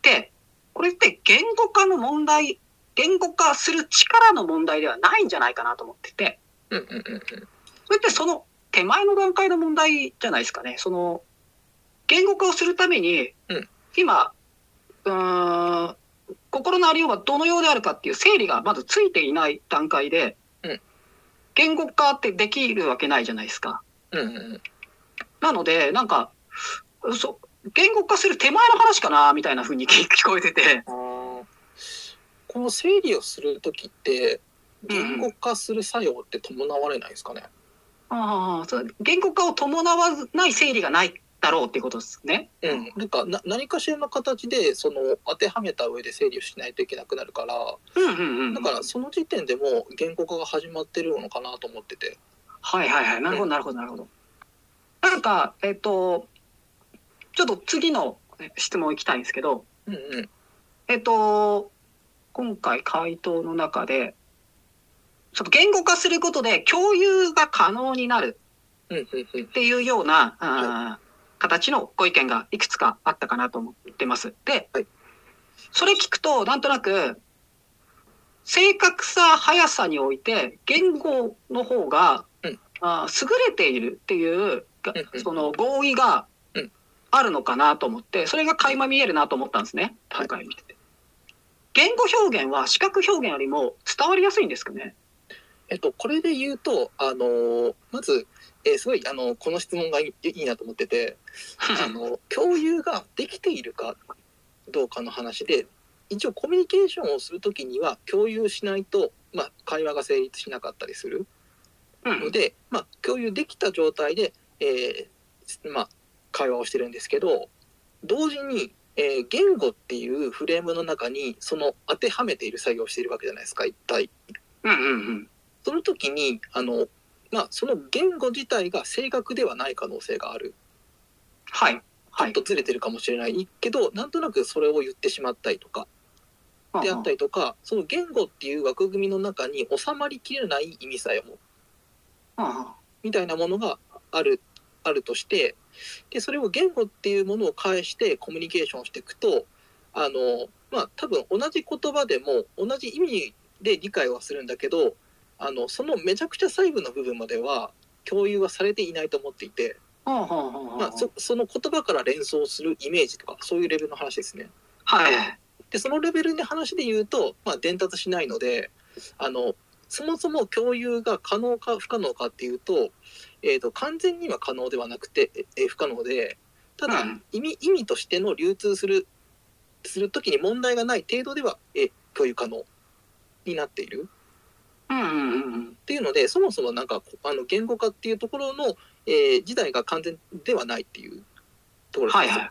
Speaker 1: て、これって言語化の問題、言語化する力の問題ではないんじゃないかなと思ってて、
Speaker 3: うん、うん、うん、
Speaker 1: それってその手前の段階の問題じゃないですかね。その、言語化をするために、
Speaker 3: うん
Speaker 1: 今、うーん、心のありようがどのようであるかっていう整理がまずついていない段階で、
Speaker 3: うん
Speaker 1: 言語化ってできるわけないじゃないですか。
Speaker 3: うん、うん、うん、
Speaker 1: なので、なんか、そ言語化する手前の話かな、みたいな風に聞聞こえてて。
Speaker 3: あーこの整理をする時って言語化する作用って伴われないですかね。
Speaker 1: ああ、そう言語化を伴わない整理がないだろうっていうことですね。
Speaker 3: うん、なんかな何かしらの形でその当てはめた上で整理をしないといけなくなるから
Speaker 1: うんうんうん。
Speaker 3: だからその時点でもう言語化が始まってるのかなと思ってて
Speaker 1: はいはいはい。なるほど、なるほど、なるほど。なんか、えっ、と、ちょっと次の質問いきたいんですけど、
Speaker 3: うんうん
Speaker 1: えっ、と、今回回答の中で、その言語化することで共有が可能になる
Speaker 3: うんうんうん
Speaker 1: っていうような、あー形のご意見がいくつかあったかなと思ってます。で、
Speaker 3: はい
Speaker 1: それ聞くと、なんとなく、正確さ、速さにおいて、言語の方が、
Speaker 3: うん
Speaker 1: あー優れているっていう、が
Speaker 3: うんうん
Speaker 1: その合意が
Speaker 3: うん
Speaker 1: あるのかなと思って、それが垣間見えるなと思ったんですね。
Speaker 3: は
Speaker 1: 今
Speaker 3: い
Speaker 1: 回見てて。言語表現は視覚表現よりも伝わりやすいんですかね。
Speaker 3: えっと、これで言うと、あのーまず、えーすごい、あのーこの質問がいいいいなと思ってて、あのー共有ができているかどうかの話で、一応コミュニケーションをするときには共有しないと、まあ、会話が成立しなかったりする
Speaker 1: う
Speaker 3: の
Speaker 1: ん、
Speaker 3: で、まあ、共有できた状態で、えーまあ、会話をしてるんですけど同時にえー言語っていうフレームの中にその当てはめている作業をしているわけじゃないですか一体。
Speaker 1: うんうんうん。
Speaker 3: その時にあの、まあ、その言語自体が正確ではない可能性がある
Speaker 1: はい。
Speaker 3: ちょ
Speaker 1: は
Speaker 3: っ
Speaker 1: い。
Speaker 3: とずれてるかもしれないけどなんとなくそれを言ってしまったりとかであったり
Speaker 1: り。
Speaker 3: とかその言語っていう枠組みの中に収まりきれない意味さえも
Speaker 1: うんうん
Speaker 3: みたいなものがあるあるとしてでそれを言語っていうものを介してコミュニケーションしていくとあのまあ多分同じ言葉でも同じ意味で理解はするんだけどあのそのめちゃくちゃ細部の部分までは共有はされていないと思っていて、
Speaker 1: ほうほうほうほう
Speaker 3: まあ、そその言葉から連想するイメージとかそういうレベルの話ですね。
Speaker 1: はい。
Speaker 3: でそのレベルの話で言うと、まあ、伝達しないのであのそもそも共有が可能か不可能かっていうと,、えー、と完全には可能ではなくて、えー不可能でただ
Speaker 1: うん
Speaker 3: 意味意味としての流通するする時に問題がない程度では、えー共有可能になっている
Speaker 1: うんうんうんうん。
Speaker 3: っていうのでそもそもなんかこあの言語化っていうところの、えー自体が完全ではないっていうところですね。
Speaker 1: はいは
Speaker 3: っ
Speaker 1: い。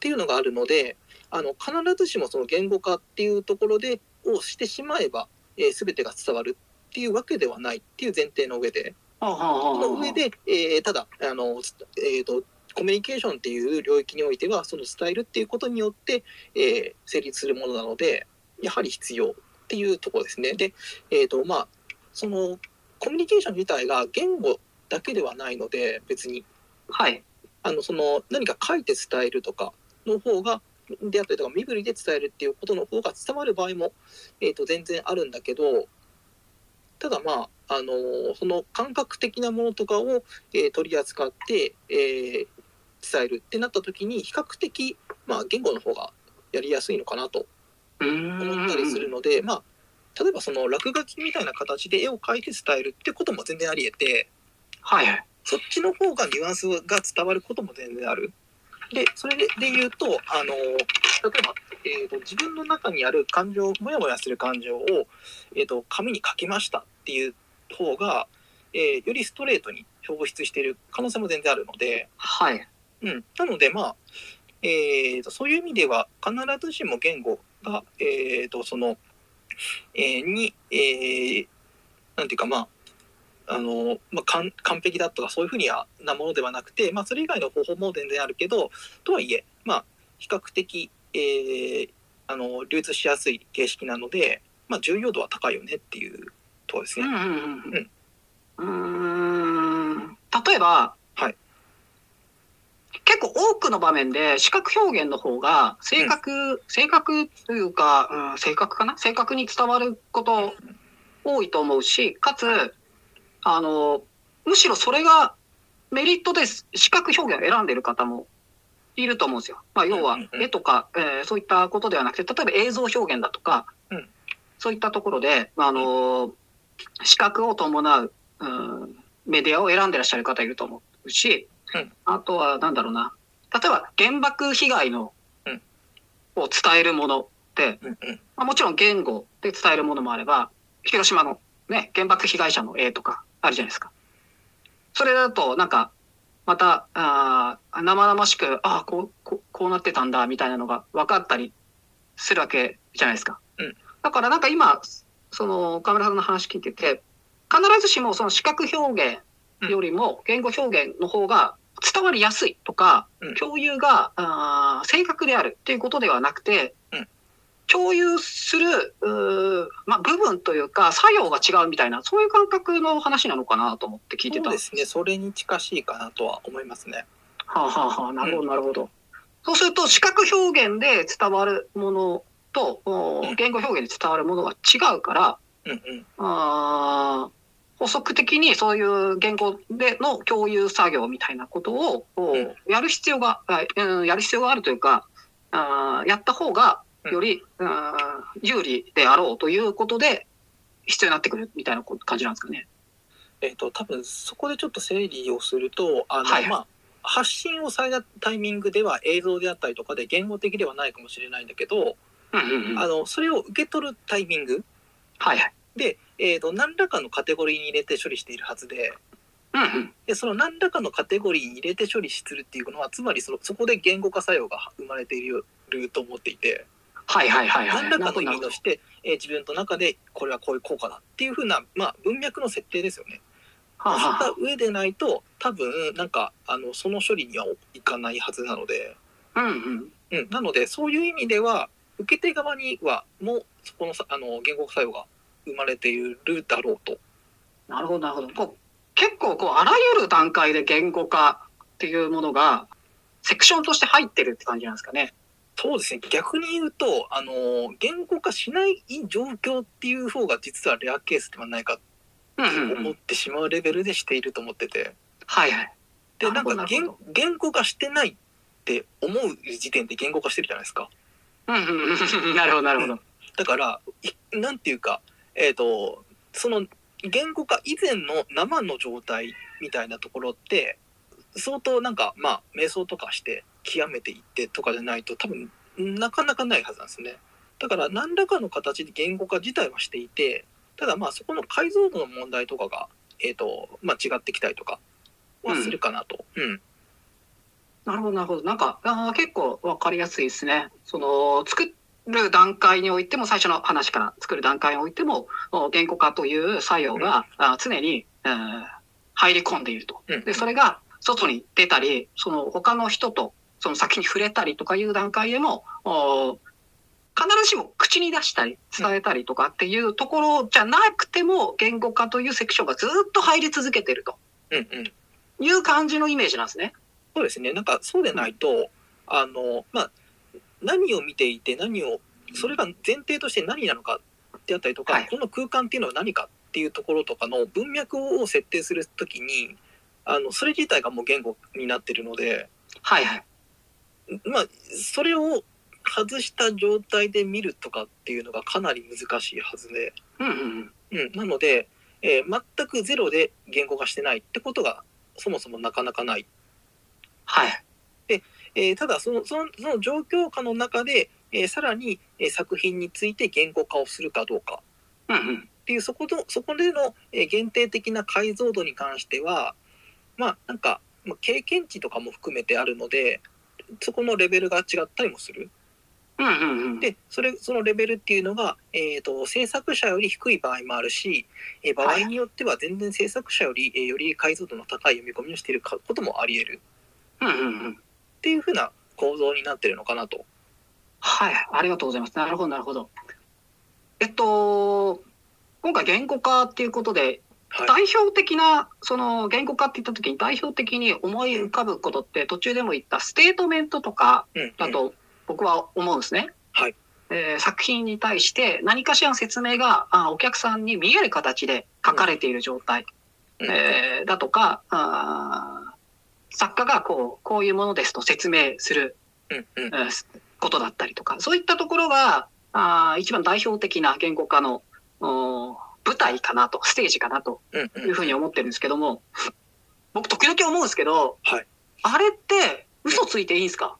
Speaker 3: ていうのがあるのであの必ずしもその言語化っていうところでをしてしまえば、えー、全てが伝わるっていうわけではないっていう前提の上で
Speaker 1: ほうほうほう
Speaker 3: そ
Speaker 1: ほう
Speaker 3: の上で、えーただあの、つえー、とコミュニケーションっていう領域においてはその伝えるっていうことによって、えー成立するものなのでやはり必要っていうところですね。で、えーとまあ、そのコミュニケーション自体が言語だけではないので別に
Speaker 1: はい。
Speaker 3: あのその何か書いて伝えるとかの方がであったりとか身振りで伝えるっていうことの方が伝わる場合も、えー、と全然あるんだけどただまあ、あのーその感覚的なものとかを、えー取り扱って、えー伝えるってなった時に比較的、まあ、言語の方がやりやすいのかなと
Speaker 1: うーん。
Speaker 3: 思ったりするので、まあ例えばその落書きみたいな形で絵を描いて伝えるってことも全然あり得て。
Speaker 1: はいはい。
Speaker 3: そっちの方がニュアンスが伝わることも全然ある。で、それで言うと、あの、例えば、えーと、自分の中にある感情、もやもやする感情を、えーと、紙に書きましたっていう方が、えーよりストレートに表出している可能性も全然あるので、
Speaker 1: はい。
Speaker 3: うん。なので、まあ、えーと、そういう意味では、必ずしも言語が、えーと、その、えーに、えーなんていうか、まあ、あの、まあ、完完璧だとかそういうふうにはなものではなくて、まあ、それ以外の方法も全然あるけどとはいえ、まあ、比較的、えーあの流通しやすい形式なので、まあ、重要度は高いよねっていうところです
Speaker 1: う
Speaker 3: ね。
Speaker 1: んうんうん。うーん。例えば、
Speaker 3: はい。
Speaker 1: 結構多くの場面で視覚表現の方が正確、正確というか、うん、正確かな正確に伝わること多いと思うし、かつ、あの、むしろそれがメリットです。視覚表現を選んでる方もいると思うんですよ。まあ、要は
Speaker 3: うんうんうん
Speaker 1: 絵とか、えーそういったことではなくて、例えば映像表現だとか、
Speaker 3: うん
Speaker 1: そういったところで、あの、視覚を伴う、うん、メディアを選んでらっしゃる方いると思うし、
Speaker 3: うん
Speaker 1: あとは、なんだろうな。例えば、原爆被害の、
Speaker 3: うん
Speaker 1: を伝えるものって、
Speaker 3: うんうん
Speaker 1: まあ、もちろん言語で伝えるものもあれば、広島のね、原爆被害者の絵とかあるじゃないですか。それだと、なんか、また、あー生々しく、ああ、こう、こうこうなってたんだ、みたいなのが分かったりするわけじゃないですか。
Speaker 3: うん
Speaker 1: だからなんか今、その、岡村さんの話聞いてて、必ずしもその視覚表現よりも言語表現の方が伝わりやすいとか、
Speaker 3: うん
Speaker 1: 共有があー正確であるっていうことではなくて、共有する、うーまあ、部分というか、作用が違うみたいな、そういう感覚の話なのかなと思って聞いて
Speaker 3: そ
Speaker 1: た
Speaker 3: うで。すねそれに近しいかなとは思いますね。
Speaker 1: はあ、はあはあ、なるほど、なるほど。そうすると、視覚表現で伝わるものと、おー
Speaker 3: うん
Speaker 1: 言語表現で伝わるものが違うから、
Speaker 3: うんうん
Speaker 1: あー補足的にそういう言語での共有作業みたいなことを、おーやる必要が、あうんやる必要があるというか、あーやった方がより、うん有利であろうということで、必要になってくるみたいなこ感じなんですかね。
Speaker 3: えー、と多分そこでちょっと整理をするとあの、
Speaker 1: はいはい
Speaker 3: まあ発信をされたタイミングでは映像であったりとかで言語的ではないかもしれないんだけど、
Speaker 1: うんうんうん。
Speaker 3: あのそれを受け取るタイミング
Speaker 1: はいはい。
Speaker 3: で、えー、と何らかのカテゴリーに入れて処理しているはずで
Speaker 1: うんうん。
Speaker 3: でその何らかのカテゴリーに入れて処理するっていうのはつまりそのそこで言語化作用が生まれているると思っていて、
Speaker 1: はいはいはいはい。
Speaker 3: 何らかの意
Speaker 1: な
Speaker 3: 味
Speaker 1: るほど
Speaker 3: として、えー自分の中でこれはこういう効果だっていうふうな、まあ、文脈の設定ですよね。
Speaker 1: はあ
Speaker 3: そう
Speaker 1: はあ
Speaker 3: いった上でないと多分なんかあのその処理にはいかないはずなので、
Speaker 1: うんうん。
Speaker 3: うん、なのでそういう意味では受け手側にはもうそこのさあの言語作用が生まれているだろうと。
Speaker 1: なるほどなるほど。こう結構こうあらゆる段階で言語化っていうものがセクションとして入ってるって感じなんですかね。
Speaker 3: そうですね逆に言うとあの言語化しない状況っていう方が実はレアケースではないか
Speaker 1: うん
Speaker 3: と
Speaker 1: うんう
Speaker 3: 思っ
Speaker 1: ん。
Speaker 3: てしまうレベルでしていると思ってて。
Speaker 1: はいはい。
Speaker 3: でな
Speaker 1: なる
Speaker 3: ん
Speaker 1: ほど
Speaker 3: か言
Speaker 1: なるほ
Speaker 3: 言語化してないって思う時点で言語化してるじゃないですか。
Speaker 1: うんうんうんうん。なるほどなるほど。
Speaker 3: だからいなんていうか、えー、とその言語化以前の生の状態みたいなところって相当なんかまあ瞑想とかして極めていってとかじゃないと多分なかなかないはずなんですね。だから何らかの形で言語化自体はしていてただまあそこの解像度の問題とかが、えーとまあ、違ってきたりとかはするかなと。うん
Speaker 1: なるほどなるほど。なんかあー結構わかりやすいですね。その作る段階においても最初の話から作る段階においてもお言語化という作用が、あー常に、えー入り込んでいると。
Speaker 3: うん
Speaker 1: で、それが外に出たり、その他の人と、その先に触れたりとかいう段階でも、おー必ずしも口に出したり、伝えたりとかっていうところじゃなくても、言語化というセクションがずっと入り続けてると
Speaker 3: うんうん
Speaker 1: いう感じのイメージなんですね。
Speaker 3: そうですね。なんかそうでないと、あのまあ何を見ていて何をそれが前提として何なのかであったりとか、
Speaker 1: はい
Speaker 3: この空間っていうのは何かっていうところとかの文脈を設定するときに、あのそれ自体がもう言語になってるので、
Speaker 1: はいはい。
Speaker 3: まあそれを外した状態で見るとかっていうのがかなり難しいはずで、
Speaker 1: うんうんうん。
Speaker 3: うん、なので、えー全くゼロで言語化してないってことがそもそもなかなかない。
Speaker 1: はい。
Speaker 3: えーただそのそのその状況下の中で、えーさらに、えー作品について言語化をするかどうか
Speaker 1: うんうん。
Speaker 3: っていうそことそこでの、えー限定的な解像度に関してはまあなんか、まあ、経験値とかも含めてあるのでそこのレベルが違ったりもする。
Speaker 1: うんうんうん。
Speaker 3: でそれそのレベルっていうのが、えー、と制作者より低い場合もあるし、えー場合によっては全然制作者より、えーより解像度の高い読み込みをしているかこともあり得る
Speaker 1: うんうんうん。
Speaker 3: っていうふうな構造になってるのかなと。
Speaker 1: はい。ありがとうございます。なるほど、なるほど。えっと、今回言語化っていうことで、
Speaker 3: はい
Speaker 1: 代表的な、その言語化って言った時に代表的に思い浮かぶことって途中でも言ったステートメントとか
Speaker 3: うんうん
Speaker 1: だと僕は思うんですね。
Speaker 3: はい
Speaker 1: えー作品に対して何かしらの説明があお客さんに見える形で書かれている状態。
Speaker 3: うん
Speaker 1: えーだとか、あー作家がこう、こういうものですと説明する
Speaker 3: うんうん
Speaker 1: えーことだったりとか、そういったところが、あー一番代表的な言語化のおー舞台かなと、ステージかなと
Speaker 3: うんうん
Speaker 1: いうふうに思ってるんですけども、僕時々思うんですけど、
Speaker 3: はい
Speaker 1: あれって嘘ついていいんですか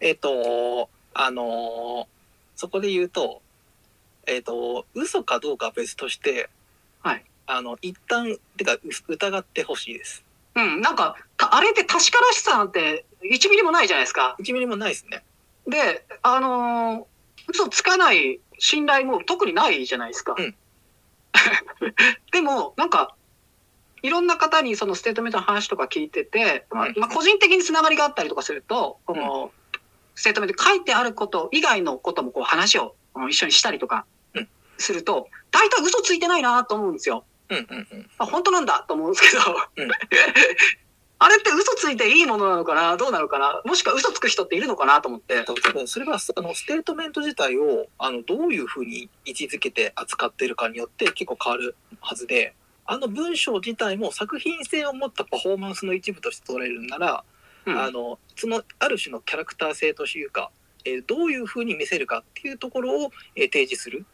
Speaker 3: えっ、と、あのーそこで言うと、えっ、と、嘘かどうかは別として、
Speaker 1: はい。
Speaker 3: あの、一旦、てか、う疑ってほしいです。
Speaker 1: うん、なんか、たあれって確からしさなんて1ミリもないじゃないですか。
Speaker 3: 1ミリもないですね。
Speaker 1: で、あのー嘘つかない信頼も特にないじゃないですか。
Speaker 3: うん
Speaker 1: でも、なんか、いろんな方にそのステートメントの話とか聞いてて、まあ
Speaker 3: うん
Speaker 1: まあ個人的につながりがあったりとかすると、このステートメント書いてあること以外のこともこう話をうん一緒にしたりとか
Speaker 3: うん
Speaker 1: すると、大体嘘ついてないなと思うんですよ。
Speaker 3: うんうんうん。
Speaker 1: あ本当なんだと思うんですけど、
Speaker 3: うん
Speaker 1: あれって嘘ついていいものなのかなどうなのかなもしくは嘘つく人っているのかなと思って。
Speaker 3: 多分それは、あの、ステートメント自体を、あの、どういうふうに位置づけて扱ってるかによって結構変わるはずで、あの文章自体も作品性を持ったパフォーマンスの一部として取れるなら、
Speaker 1: うん
Speaker 3: あのそのある種のキャラクター性というか、えーどういうふうに見せるかっていうところを、えー提示する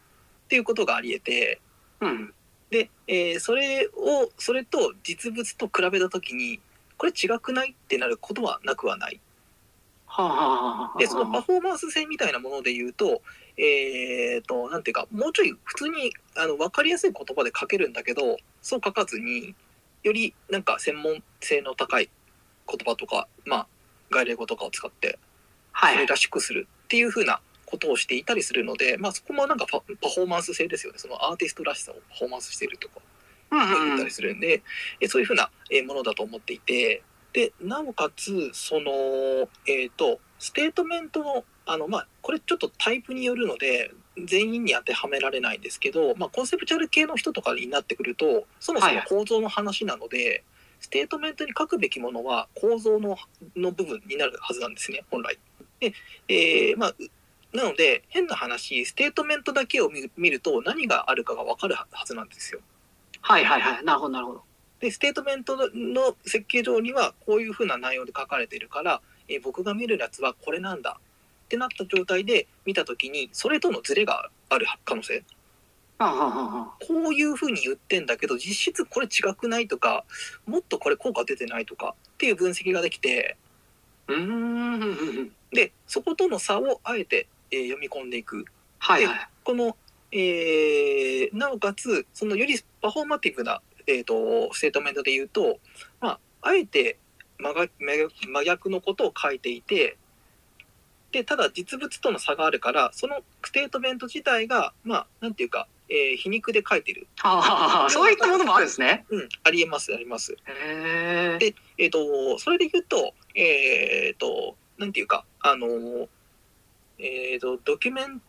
Speaker 3: っていうことがありえて
Speaker 1: うん
Speaker 3: で、えーそれをそれと実物と比べた時にこれ違くないってなることはなくはない。
Speaker 1: はあはあはあはあ
Speaker 3: でそのパフォーマンス性みたいなもので言うとえっ、となんていうかもうちょい普通にあの分かりやすい言葉で書けるんだけどそう書かずによりなんか専門性の高い言葉とかまあ概例語とかを使って
Speaker 1: はい
Speaker 3: それらしくするっていう風なことをしていたりするので、まあ、そこもなんかパパフォーマンス性ですよねそのアーティストらしさをパフォーマンスしているとか
Speaker 1: うんうん
Speaker 3: 言っ
Speaker 1: う
Speaker 3: た
Speaker 1: ん
Speaker 3: り。するんで、えそういう風なえものだと思っていてでなおかつそのえっ、とステートメントのあのまあこれちょっとタイプによるので全員に当てはめられないんですけど、まあ、コンセプチュアル系の人とかになってくるとそもそ
Speaker 1: はい
Speaker 3: も
Speaker 1: はい
Speaker 3: 構造の話なので、ステートメントに書くべきものは構造のの部分になるはずなんですね本来。でえーまあうなので変な話ステートメントだけを見見ると何があるかが分かるははずなんですよ。
Speaker 1: はいはいはい。なるほどなるほど。
Speaker 3: でステートメントの設計上にはこういうふうな内容で書かれているから、えー僕が見るやつはこれなんだってなった状態で見た時にそれとのズレがある可能性
Speaker 1: うんうんうんうん。
Speaker 3: こういうふうに言ってんだけど実質これ違くないとかもっとこれ効果出てないとかっていう分析ができて
Speaker 1: うーんうんうんうん。
Speaker 3: でそことの差をあえて、えー読み込んでいく
Speaker 1: はいはい。
Speaker 3: この、えーなおかつ、そのよりパフォーマティブな、えー、とステートメントで言うと、まあ、あえて真が真逆真逆のことを書いていて、で、ただ実物との差があるから、そのステートメント自体が、まあ、なんていうか、えー皮肉で書いてる。
Speaker 1: ああ、そういったものもあるんですね。
Speaker 3: うん、ありえます、あります。
Speaker 1: へえ。
Speaker 3: でえっ、と、それで言うと、えっ、と、なんていうか、あのー、えっ、と、ドキュメン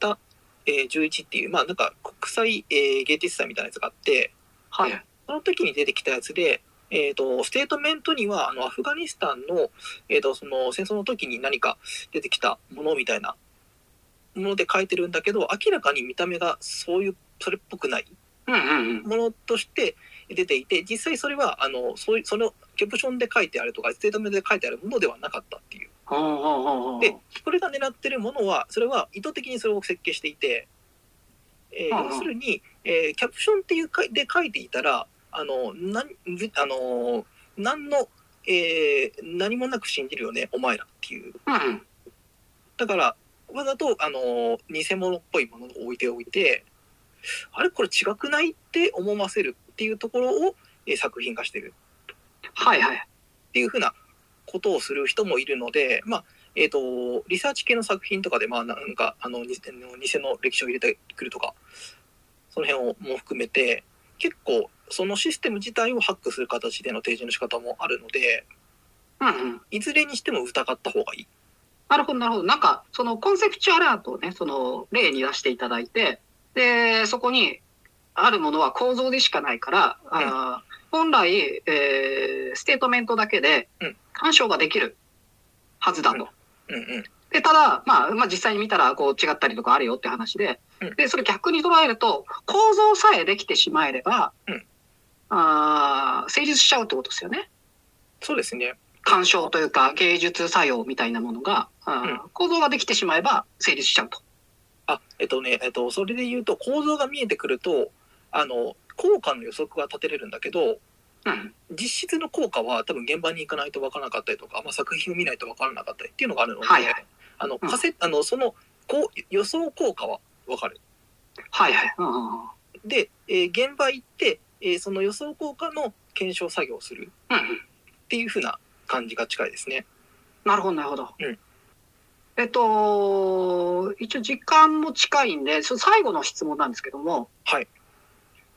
Speaker 3: タ、えー11っていう、まあなんか国際、えー芸術祭みたいなやつがあって、
Speaker 1: はい。
Speaker 3: その時に出てきたやつで、えっ、と、ステートメントには、あの、アフガニスタンの、えっ、と、その戦争の時に何か出てきたものみたいなもので書いてるんだけど、明らかに見た目がそういう、それっぽくない。
Speaker 1: うんうんうん。
Speaker 3: ものとして出ていて実際それはあのそういうそのキャプションで書いてあるとかステートメントで書いてあるものではなかったっていう
Speaker 1: ほうほうほうほう。
Speaker 3: でこれが狙ってるものはそれは意図的にそれを設計していて、えー
Speaker 1: うんうん
Speaker 3: 要するに、えーキャプションっていうかで書いていたらあのなんぶあの何の、えー何もなく信じるよねお前らっていう
Speaker 1: うんうん。
Speaker 3: だからわざとあの偽物っぽいものを置いておいてあれこれ違くないって思わせるっていうところをえー作品化してる
Speaker 1: はいはい。
Speaker 3: っていうふうなことをする人もいるのでまあえっ、とリサーチ系の作品とかでまあなんかあの偽の偽の歴史を入れてくるとかその辺をも含めて結構そのシステム自体をハックする形での提示の仕方もあるので
Speaker 1: うんうん。
Speaker 3: いずれにしても疑った方がいい。
Speaker 1: なるほどなるほど。なんか、そのコンセプチュアルアートをね、その例に出していただいて、で、そこにあるものは構造でしかないから、あー本来、えーステートメントだけで
Speaker 3: うん
Speaker 1: 干渉ができるはずだと。
Speaker 3: うんうん
Speaker 1: で、ただ、まあ、まあ実際に見たらこう違ったりとかあるよって話で
Speaker 3: うん、
Speaker 1: で、それ逆に捉えると、構造さえできてしまえれば
Speaker 3: うん、
Speaker 1: あー成立しちゃうってことですよね。
Speaker 3: そうですね。
Speaker 1: 鑑賞というか芸術作用みたいなものが、あー構造ができてしまえば成立しちゃうと。
Speaker 3: あ、えっとね、えっと、それで言うと構造が見えてくると、あの、効果の予測は立てれるんだけど、
Speaker 1: うん。
Speaker 3: 実質の効果は多分現場に行かないと分からなかったりとか、まあ、作品を見ないと分からなかったりっていうのがあるので、
Speaker 1: はいはい
Speaker 3: あの、
Speaker 1: うん
Speaker 3: カセあの、その、こう、予想効果は分かる。
Speaker 1: はいはい。うんうんうん。
Speaker 3: で、えー現場行って、えーその予想効果の検証作業をする
Speaker 1: うんうん
Speaker 3: っていう風な感じが近いですね。
Speaker 1: なるほど、なるほど。
Speaker 3: うん
Speaker 1: えっと、一応時間も近いんで、そ最後の質問なんですけども、
Speaker 3: はい。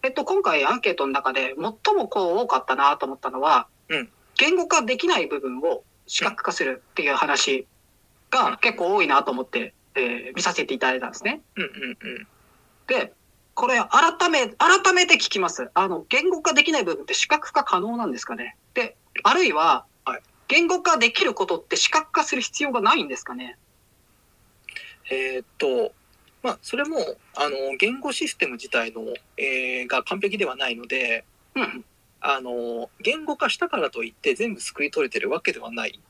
Speaker 1: えっと、今回アンケートの中で最もこう多かったなと思ったのは、
Speaker 3: うん
Speaker 1: 言語化できない部分を視覚化するっていう話
Speaker 3: う
Speaker 1: が
Speaker 3: ん
Speaker 1: 結構多いなと思って、えー見させていただいたんですね。
Speaker 3: うんうんうん。
Speaker 1: で、これ改め、改めて聞きます。あの、言語化できない部分って視覚化可能なんですかねで、あるいは
Speaker 3: はい、
Speaker 1: 言語化できることって視覚化する必要がないんですかね
Speaker 3: えーっと、まあ、それも、あの、言語システム自体の、えーが完璧ではないので、
Speaker 1: うん。
Speaker 3: あの言語化したからといって全部救い取れてるわけではないっ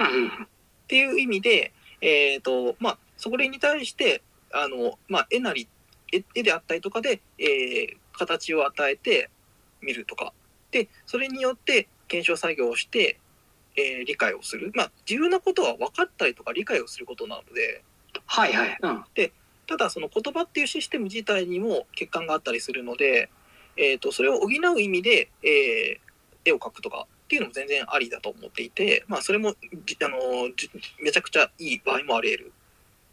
Speaker 1: うんうん。
Speaker 3: ていう意味で、えーとまあ、それに対してあの、まあ、絵なり絵絵であったりとかで、えー形を与えて見るとかでそれによって検証作業をして、えー理解をする、まあ、重要なことは分かったりとか理解をすることなので
Speaker 1: はいはい。うん。
Speaker 3: ただその言葉っていうシステム自体にも欠陥があったりするので、えー、とそれを補う意味で、えー絵を描くとかっていうのも全然ありだと思っていて、まあ、それもじあのじめちゃくちゃいい場合もあり得る。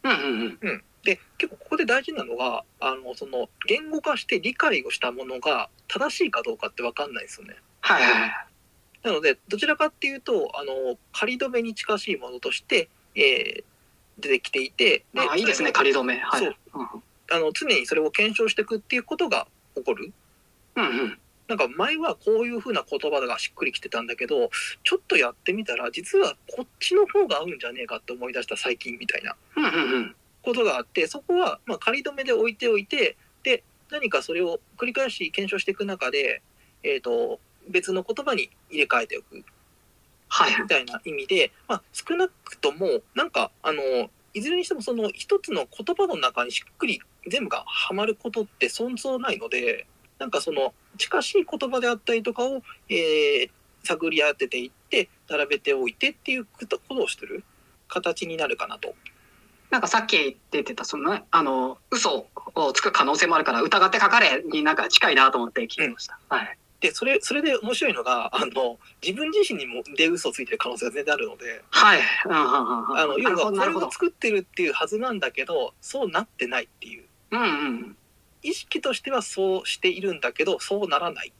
Speaker 1: うんうんうん。
Speaker 3: うん、で結構ここで大事なのがあのその言語化して理解をしたものが正しいかどうかって分かんないですよね。
Speaker 1: はいはいはい。
Speaker 3: なのでどちらかっていうとあの仮止めに近しいものとして、えー出てきていて
Speaker 1: まあいいですね、仮止め。はい。
Speaker 3: そう
Speaker 1: うん
Speaker 3: あの常にそれを検証していくっていうことが起こる。
Speaker 1: うんうん。
Speaker 3: なんか前はこういう風な言葉がしっくりきてたんだけどちょっとやってみたら実はこっちの方が合うんじゃねえかって思い出した最近みたいな
Speaker 1: うんうんうん。
Speaker 3: ことがあってそこはまあ仮止めで置いておいてで何かそれを繰り返し検証していく中で、えー、と別の言葉に入れ替えておく
Speaker 1: はい。
Speaker 3: みたいな意味で、まあ、少なくともなんかあのいずれにしてもその一つの言葉の中にしっくり全部がはまることって存在ないのでなんかその近しい言葉であったりとかを、えー探り当てていって並べておいてっていうことをしてる形になるかなと。
Speaker 1: なんかさっき出てた、そのね、あの、嘘をつく可能性もあるから、疑って書かれになんか近いなと思って聞きました。はい。
Speaker 3: でそれそれで面白いのがあの自分自身にもで嘘をついてる可能性が全然あるので。
Speaker 1: はい。うんうんうん。
Speaker 3: あの
Speaker 1: な
Speaker 3: 要は
Speaker 1: るほど、
Speaker 3: こ
Speaker 1: な
Speaker 3: れ
Speaker 1: るほ
Speaker 3: を
Speaker 1: ど。
Speaker 3: 作ってるっていうはずなんだけどそうなってないっていう
Speaker 1: うんうん。
Speaker 3: 意識としてはそうしているんだけどそうならない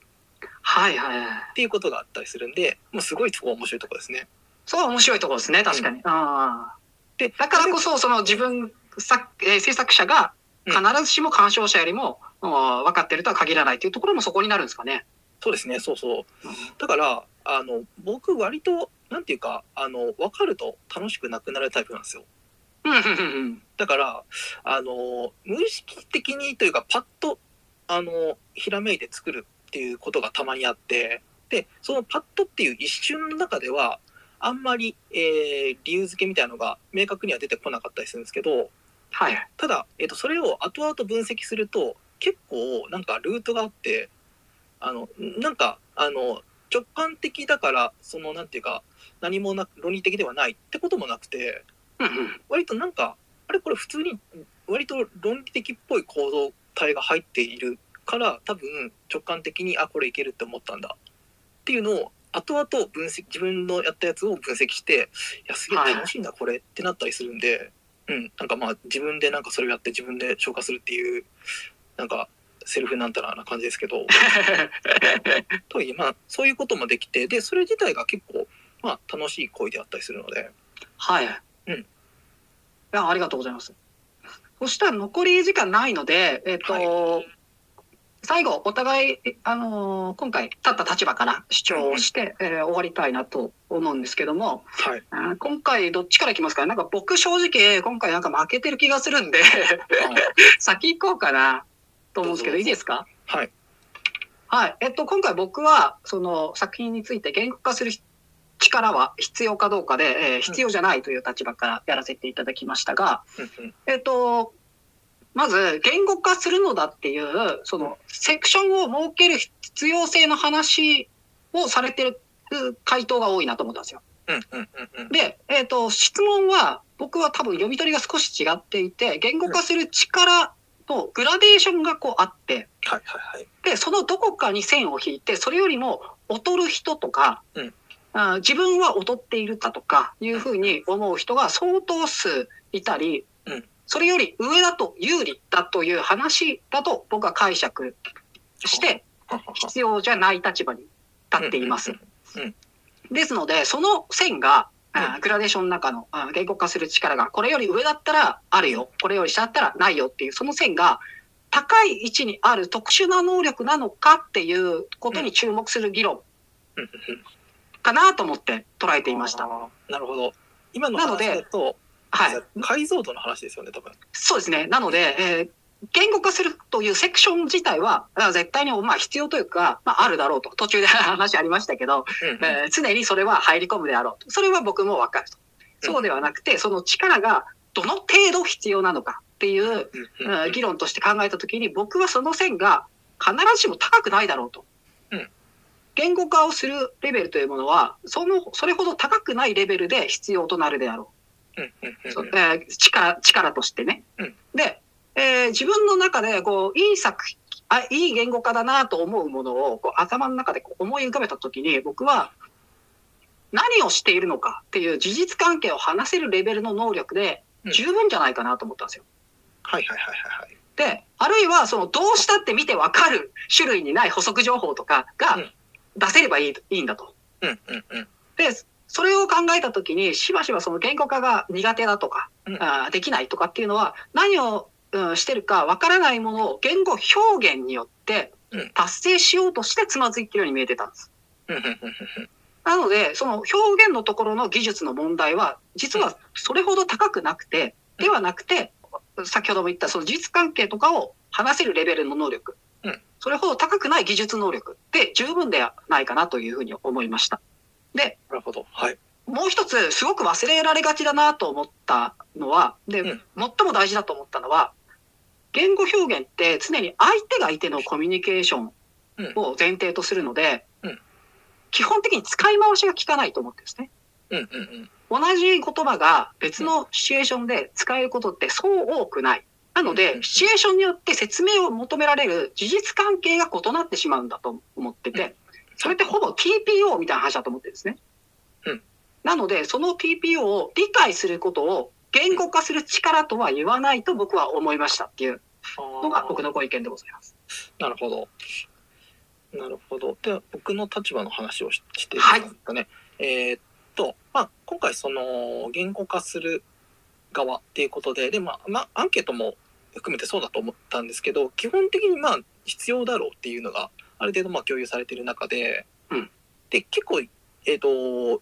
Speaker 1: はいはいはい。
Speaker 3: っていうことがあったりするんでもうすごいとこ面白いとこですね。
Speaker 1: そう面白いところですね、確かに。あ
Speaker 3: で
Speaker 1: ーだからこそ、その自分作、えー制作者が必ずしも鑑賞者よりも、うん分かってるとは限らないというところもそこになるんですかね。
Speaker 3: そうですねそうそう
Speaker 1: うん
Speaker 3: だからあの僕割となんていうかあの分かると楽しくなくなるタイプなんですよ。
Speaker 1: うんうんうんうん。
Speaker 3: だからあの無意識的にというかパッとあのひらめいて作るっていうことがたまにあってでそのパッとっていう一瞬の中ではあんまり、えー理由付けみたいなのが明確には出てこなかったりするんですけど
Speaker 1: はい。
Speaker 3: ただ、えっとそれを後々分析すると結構なんかルートがあってあのなんかあの直感的だからそのなんていうか何もな論理的ではないってこともなくて
Speaker 1: うんうん。
Speaker 3: 割となんかあれこれ普通に割と論理的っぽい構造体が入っているから多分直感的にあこれいけるって思ったんだっていうのを後々分析自分のやったやつを分析していやすげえ楽しいんだこれってなったりするんで、うんなんかまあ自分でなんかそれをやって自分で消化するっていうなんかセルフなんたらな感じですけどとはいえまあそういうこともできてでそれ自体が結構まあ楽しい行為であったりするので。
Speaker 1: はい。
Speaker 3: うん
Speaker 1: いや、ありがとうございます。そしたら残り時間ないので、えっ、と、最後、お互い、えあのー今回、立った立場から主張をして、えー終わりたいなと思うんですけども、、
Speaker 3: はい
Speaker 1: あー今回どっちからいきますかなんか僕正直今回なんか負けてる気がするんで
Speaker 3: あの
Speaker 1: 先行こうかなと思うんですけど
Speaker 3: どうぞ
Speaker 1: いいですか
Speaker 3: はい
Speaker 1: はい。えっと今回僕はその作品について言語化する力は必要かどうかで、えー必要じゃないという立場からやらせていただきましたが、
Speaker 3: うんうん
Speaker 1: えっとまず言語化するのだっていうそのセクションを設ける必要性の話をされてるうん回答が多いなと思ったんですよ。
Speaker 3: うんうんうんうん
Speaker 1: で、えっ、と、質問は、僕は多分読み取りが少し違っていて、言語化する力のグラデーションがこうあって、
Speaker 3: はいはいはい。
Speaker 1: で、そのどこかに線を引いて、それよりも劣る人とか、
Speaker 3: うん
Speaker 1: あー自分は劣っているだとかいうふうに思う人が相当数いたり、
Speaker 3: うん
Speaker 1: それより上だと有利だという話だと僕は解釈して、必要じゃない立場に立っています。
Speaker 3: うん
Speaker 1: ですので、その線が、
Speaker 3: うん
Speaker 1: あーグラデーションの中のあー言語化する力が、これより上だったらあるよ、これより下だったらないよっていう、その線が高い位置にある特殊な能力なのかっていうことに注目する議論
Speaker 3: うんうんうん
Speaker 1: かなと思って捉えていました。
Speaker 3: あーなるほど。今の
Speaker 1: なので
Speaker 3: 話だと、
Speaker 1: はい。
Speaker 3: 解像度の話ですよね、多分。
Speaker 1: そうですね。なので、えー言語化するというセクション自体は、あー絶対にまあ必要というか、まああるだろうと。途中で話ありましたけど、
Speaker 3: うんうん
Speaker 1: えー常にそれは入り込むであろうと。それは僕もわかると。そうではなくて、その力がどの程度必要なのかっていう、
Speaker 3: うんうん
Speaker 1: うん議論として考えたときに、僕はその線が必ずしも高くないだろうと
Speaker 3: うん。
Speaker 1: 言語化をするレベルというものは、その、それほど高くないレベルで必要となるであろ
Speaker 3: うんうん
Speaker 1: う。
Speaker 3: うん
Speaker 1: そうえー力、力としてね
Speaker 3: うん。
Speaker 1: で、えー自分の中で、こう、いい作品、あいい言語化だなと思うものをこう頭の中でこう思い浮かべたときに、僕は、何をしているのかっていう事実関係を話せるレベルの能力で
Speaker 3: うん
Speaker 1: 十分じゃないかなと思ったんですよ。
Speaker 3: はいはいはいはいはい。
Speaker 1: で、あるいはそのどうしたって見てわかる種類にない補足情報とかが
Speaker 3: うん
Speaker 1: 出せればいいいいんだと。
Speaker 3: うんうんうん。
Speaker 1: で、それを考えたときに、しばしばその言語化が苦手だとか、
Speaker 3: うん
Speaker 1: あーできないとかっていうのは、何を、うんしてるかわからないものを言語表現によって
Speaker 3: うん
Speaker 1: 達成しようとしてつまずいてるように見えてたんです。
Speaker 3: うんうんうんうん
Speaker 1: なので、その表現のところの技術の問題は、実はそれほど高くなくて、
Speaker 3: うん
Speaker 1: ではなくて、先ほども言ったその事実関係とかを話せるレベルの能力
Speaker 3: うん、
Speaker 1: それほど高くない技術能力で十分ではないかなというふうに思いました。
Speaker 3: なるほど。はい。
Speaker 1: もう一つ、すごく忘れられがちだなと思ったのは、で、
Speaker 3: うん
Speaker 1: 最も大事だと思ったのは、言語表現って常に相手が相手のコミュニケーションを前提とするので、
Speaker 3: うん
Speaker 1: 基本的に使い回しが効かないと思ってるんですね。
Speaker 3: うんうんうん。
Speaker 1: 同じ言葉が別のシチュエーションで使えることってそう多くない。なの
Speaker 3: う
Speaker 1: で、
Speaker 3: ん
Speaker 1: シチュエーションによって説明を求められる事実関係が異なってしまうんだと思ってて、それってほぼ TPO みたいな話だと思ってるんですね
Speaker 3: うん。
Speaker 1: なので、その TPO を理解することを言語化する力とは言わないと僕は思いましたっていうのが僕のご意見でございます。
Speaker 3: なるほど。なるほど。では、僕の立場の話をししてい
Speaker 1: はい
Speaker 3: ですかね。えーっと、まあ、今回、その、言語化する側っていうことで、で、まあ、まあ、アンケートも含めてそうだと思ったんですけど、基本的に、まあ、必要だろうっていうのが、ある程度、まあ、共有されている中で、
Speaker 1: うん
Speaker 3: で、結構、えーっと、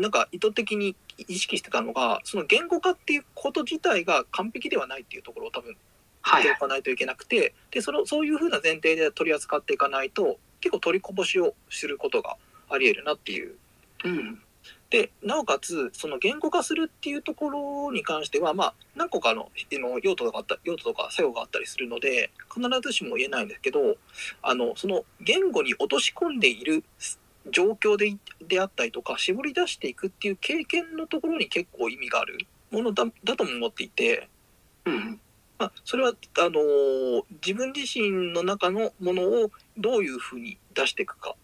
Speaker 3: なんか意図的に意識してたのが、その言語化っていうこと自体が完璧ではないっていうところを多分や
Speaker 1: は
Speaker 3: っ
Speaker 1: い
Speaker 3: てお。かないといけなくてでそのそういうふうな前提で取り扱っていかないと結構取りこぼしをすることがありえるなっていう。
Speaker 1: うん。
Speaker 3: でなおかつその言語化するっていうところに関しては、まあ、何個かのあの用途があった用途とか作用があったりするので必ずしも言えないんですけどあのその言語に落とし込んでいる状況でであったりとか絞り出していくっていう経験のところに結構意味があるものだだとも思っていて。
Speaker 1: うん。
Speaker 3: まあ、それはあのー自分自身の中のものをどういうふうに出していくか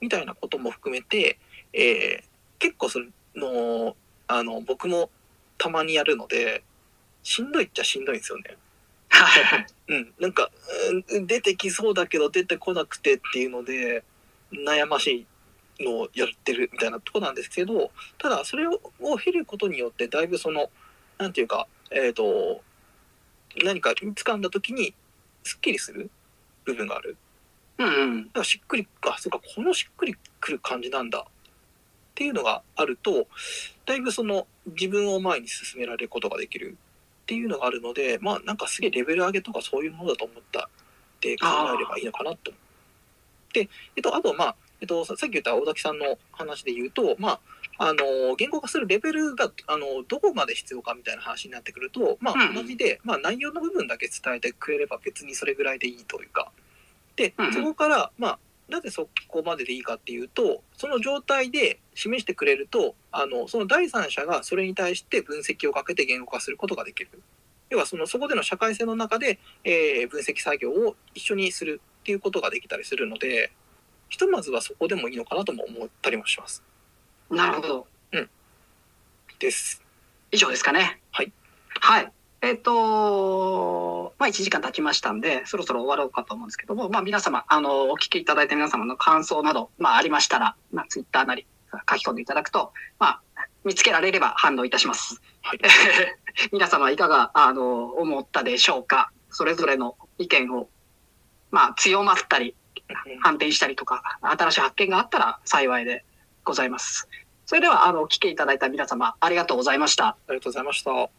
Speaker 3: みたいなことも含めて、えー結構そのあの僕もたまにやるのでしんどいっちゃしんどいんですよね。
Speaker 1: はい。
Speaker 3: うん、なんか、うん出てきそうだけど出てこなくてっていうので悩ましいのをやってるみたいなとこなんですけどただそれを経ることによってだいぶそのなんていうか、えっと何か掴んだ時にすっきりする部分がある。
Speaker 1: うんうん。
Speaker 3: だからしっくりあそうかこのしっくりくる感じなんだっていうのがあるとだいぶその自分を前に進められることができるっていうのがあるのでまあなんかすげえレベル上げとかそういうものだと思ったって考えればいいのかなと。で、えっと、あとまあ、えっと、ささっき言った大崎さんの話で言うとまああの言語化するレベルがあのどこまで必要かみたいな話になってくると、まあ
Speaker 1: う、ん
Speaker 3: 同じで、まあ、内容の部分だけ伝えてくれれば別にそれぐらいでいいというかで
Speaker 1: うんうん
Speaker 3: そこから、まあ、なぜそこまででいいかっていうとその状態で示してくれるとあのその第三者がそれに対して分析をかけて言語化することができる要はそのそこでの社会性の中で、えー分析作業を一緒にするっていうことができたりするのでひとまずはそこでもいいのかなとも思ったりもします。
Speaker 1: なるほど。
Speaker 3: です。
Speaker 1: 以上ですかね。
Speaker 3: はい。
Speaker 1: はい。えっ、と、まあ、1時間経ちましたんで、そろそろ終わろうかと思うんですけども、まあ、皆様、あの、お聞きいただいた皆様の感想など、まあ、ありましたら、まあ、ツイッターなり書き込んでいただくと、まあ、見つけられれば反応いたします。
Speaker 3: はい
Speaker 1: 皆様、いかが、あの、思ったでしょうかそれぞれの意見を、まあ、強まったり、反転したりとか、新しい発見があったら幸いでございます。それでは、あの、お聞きいただいた皆様、ありがとうございました。
Speaker 3: ありがとうございました。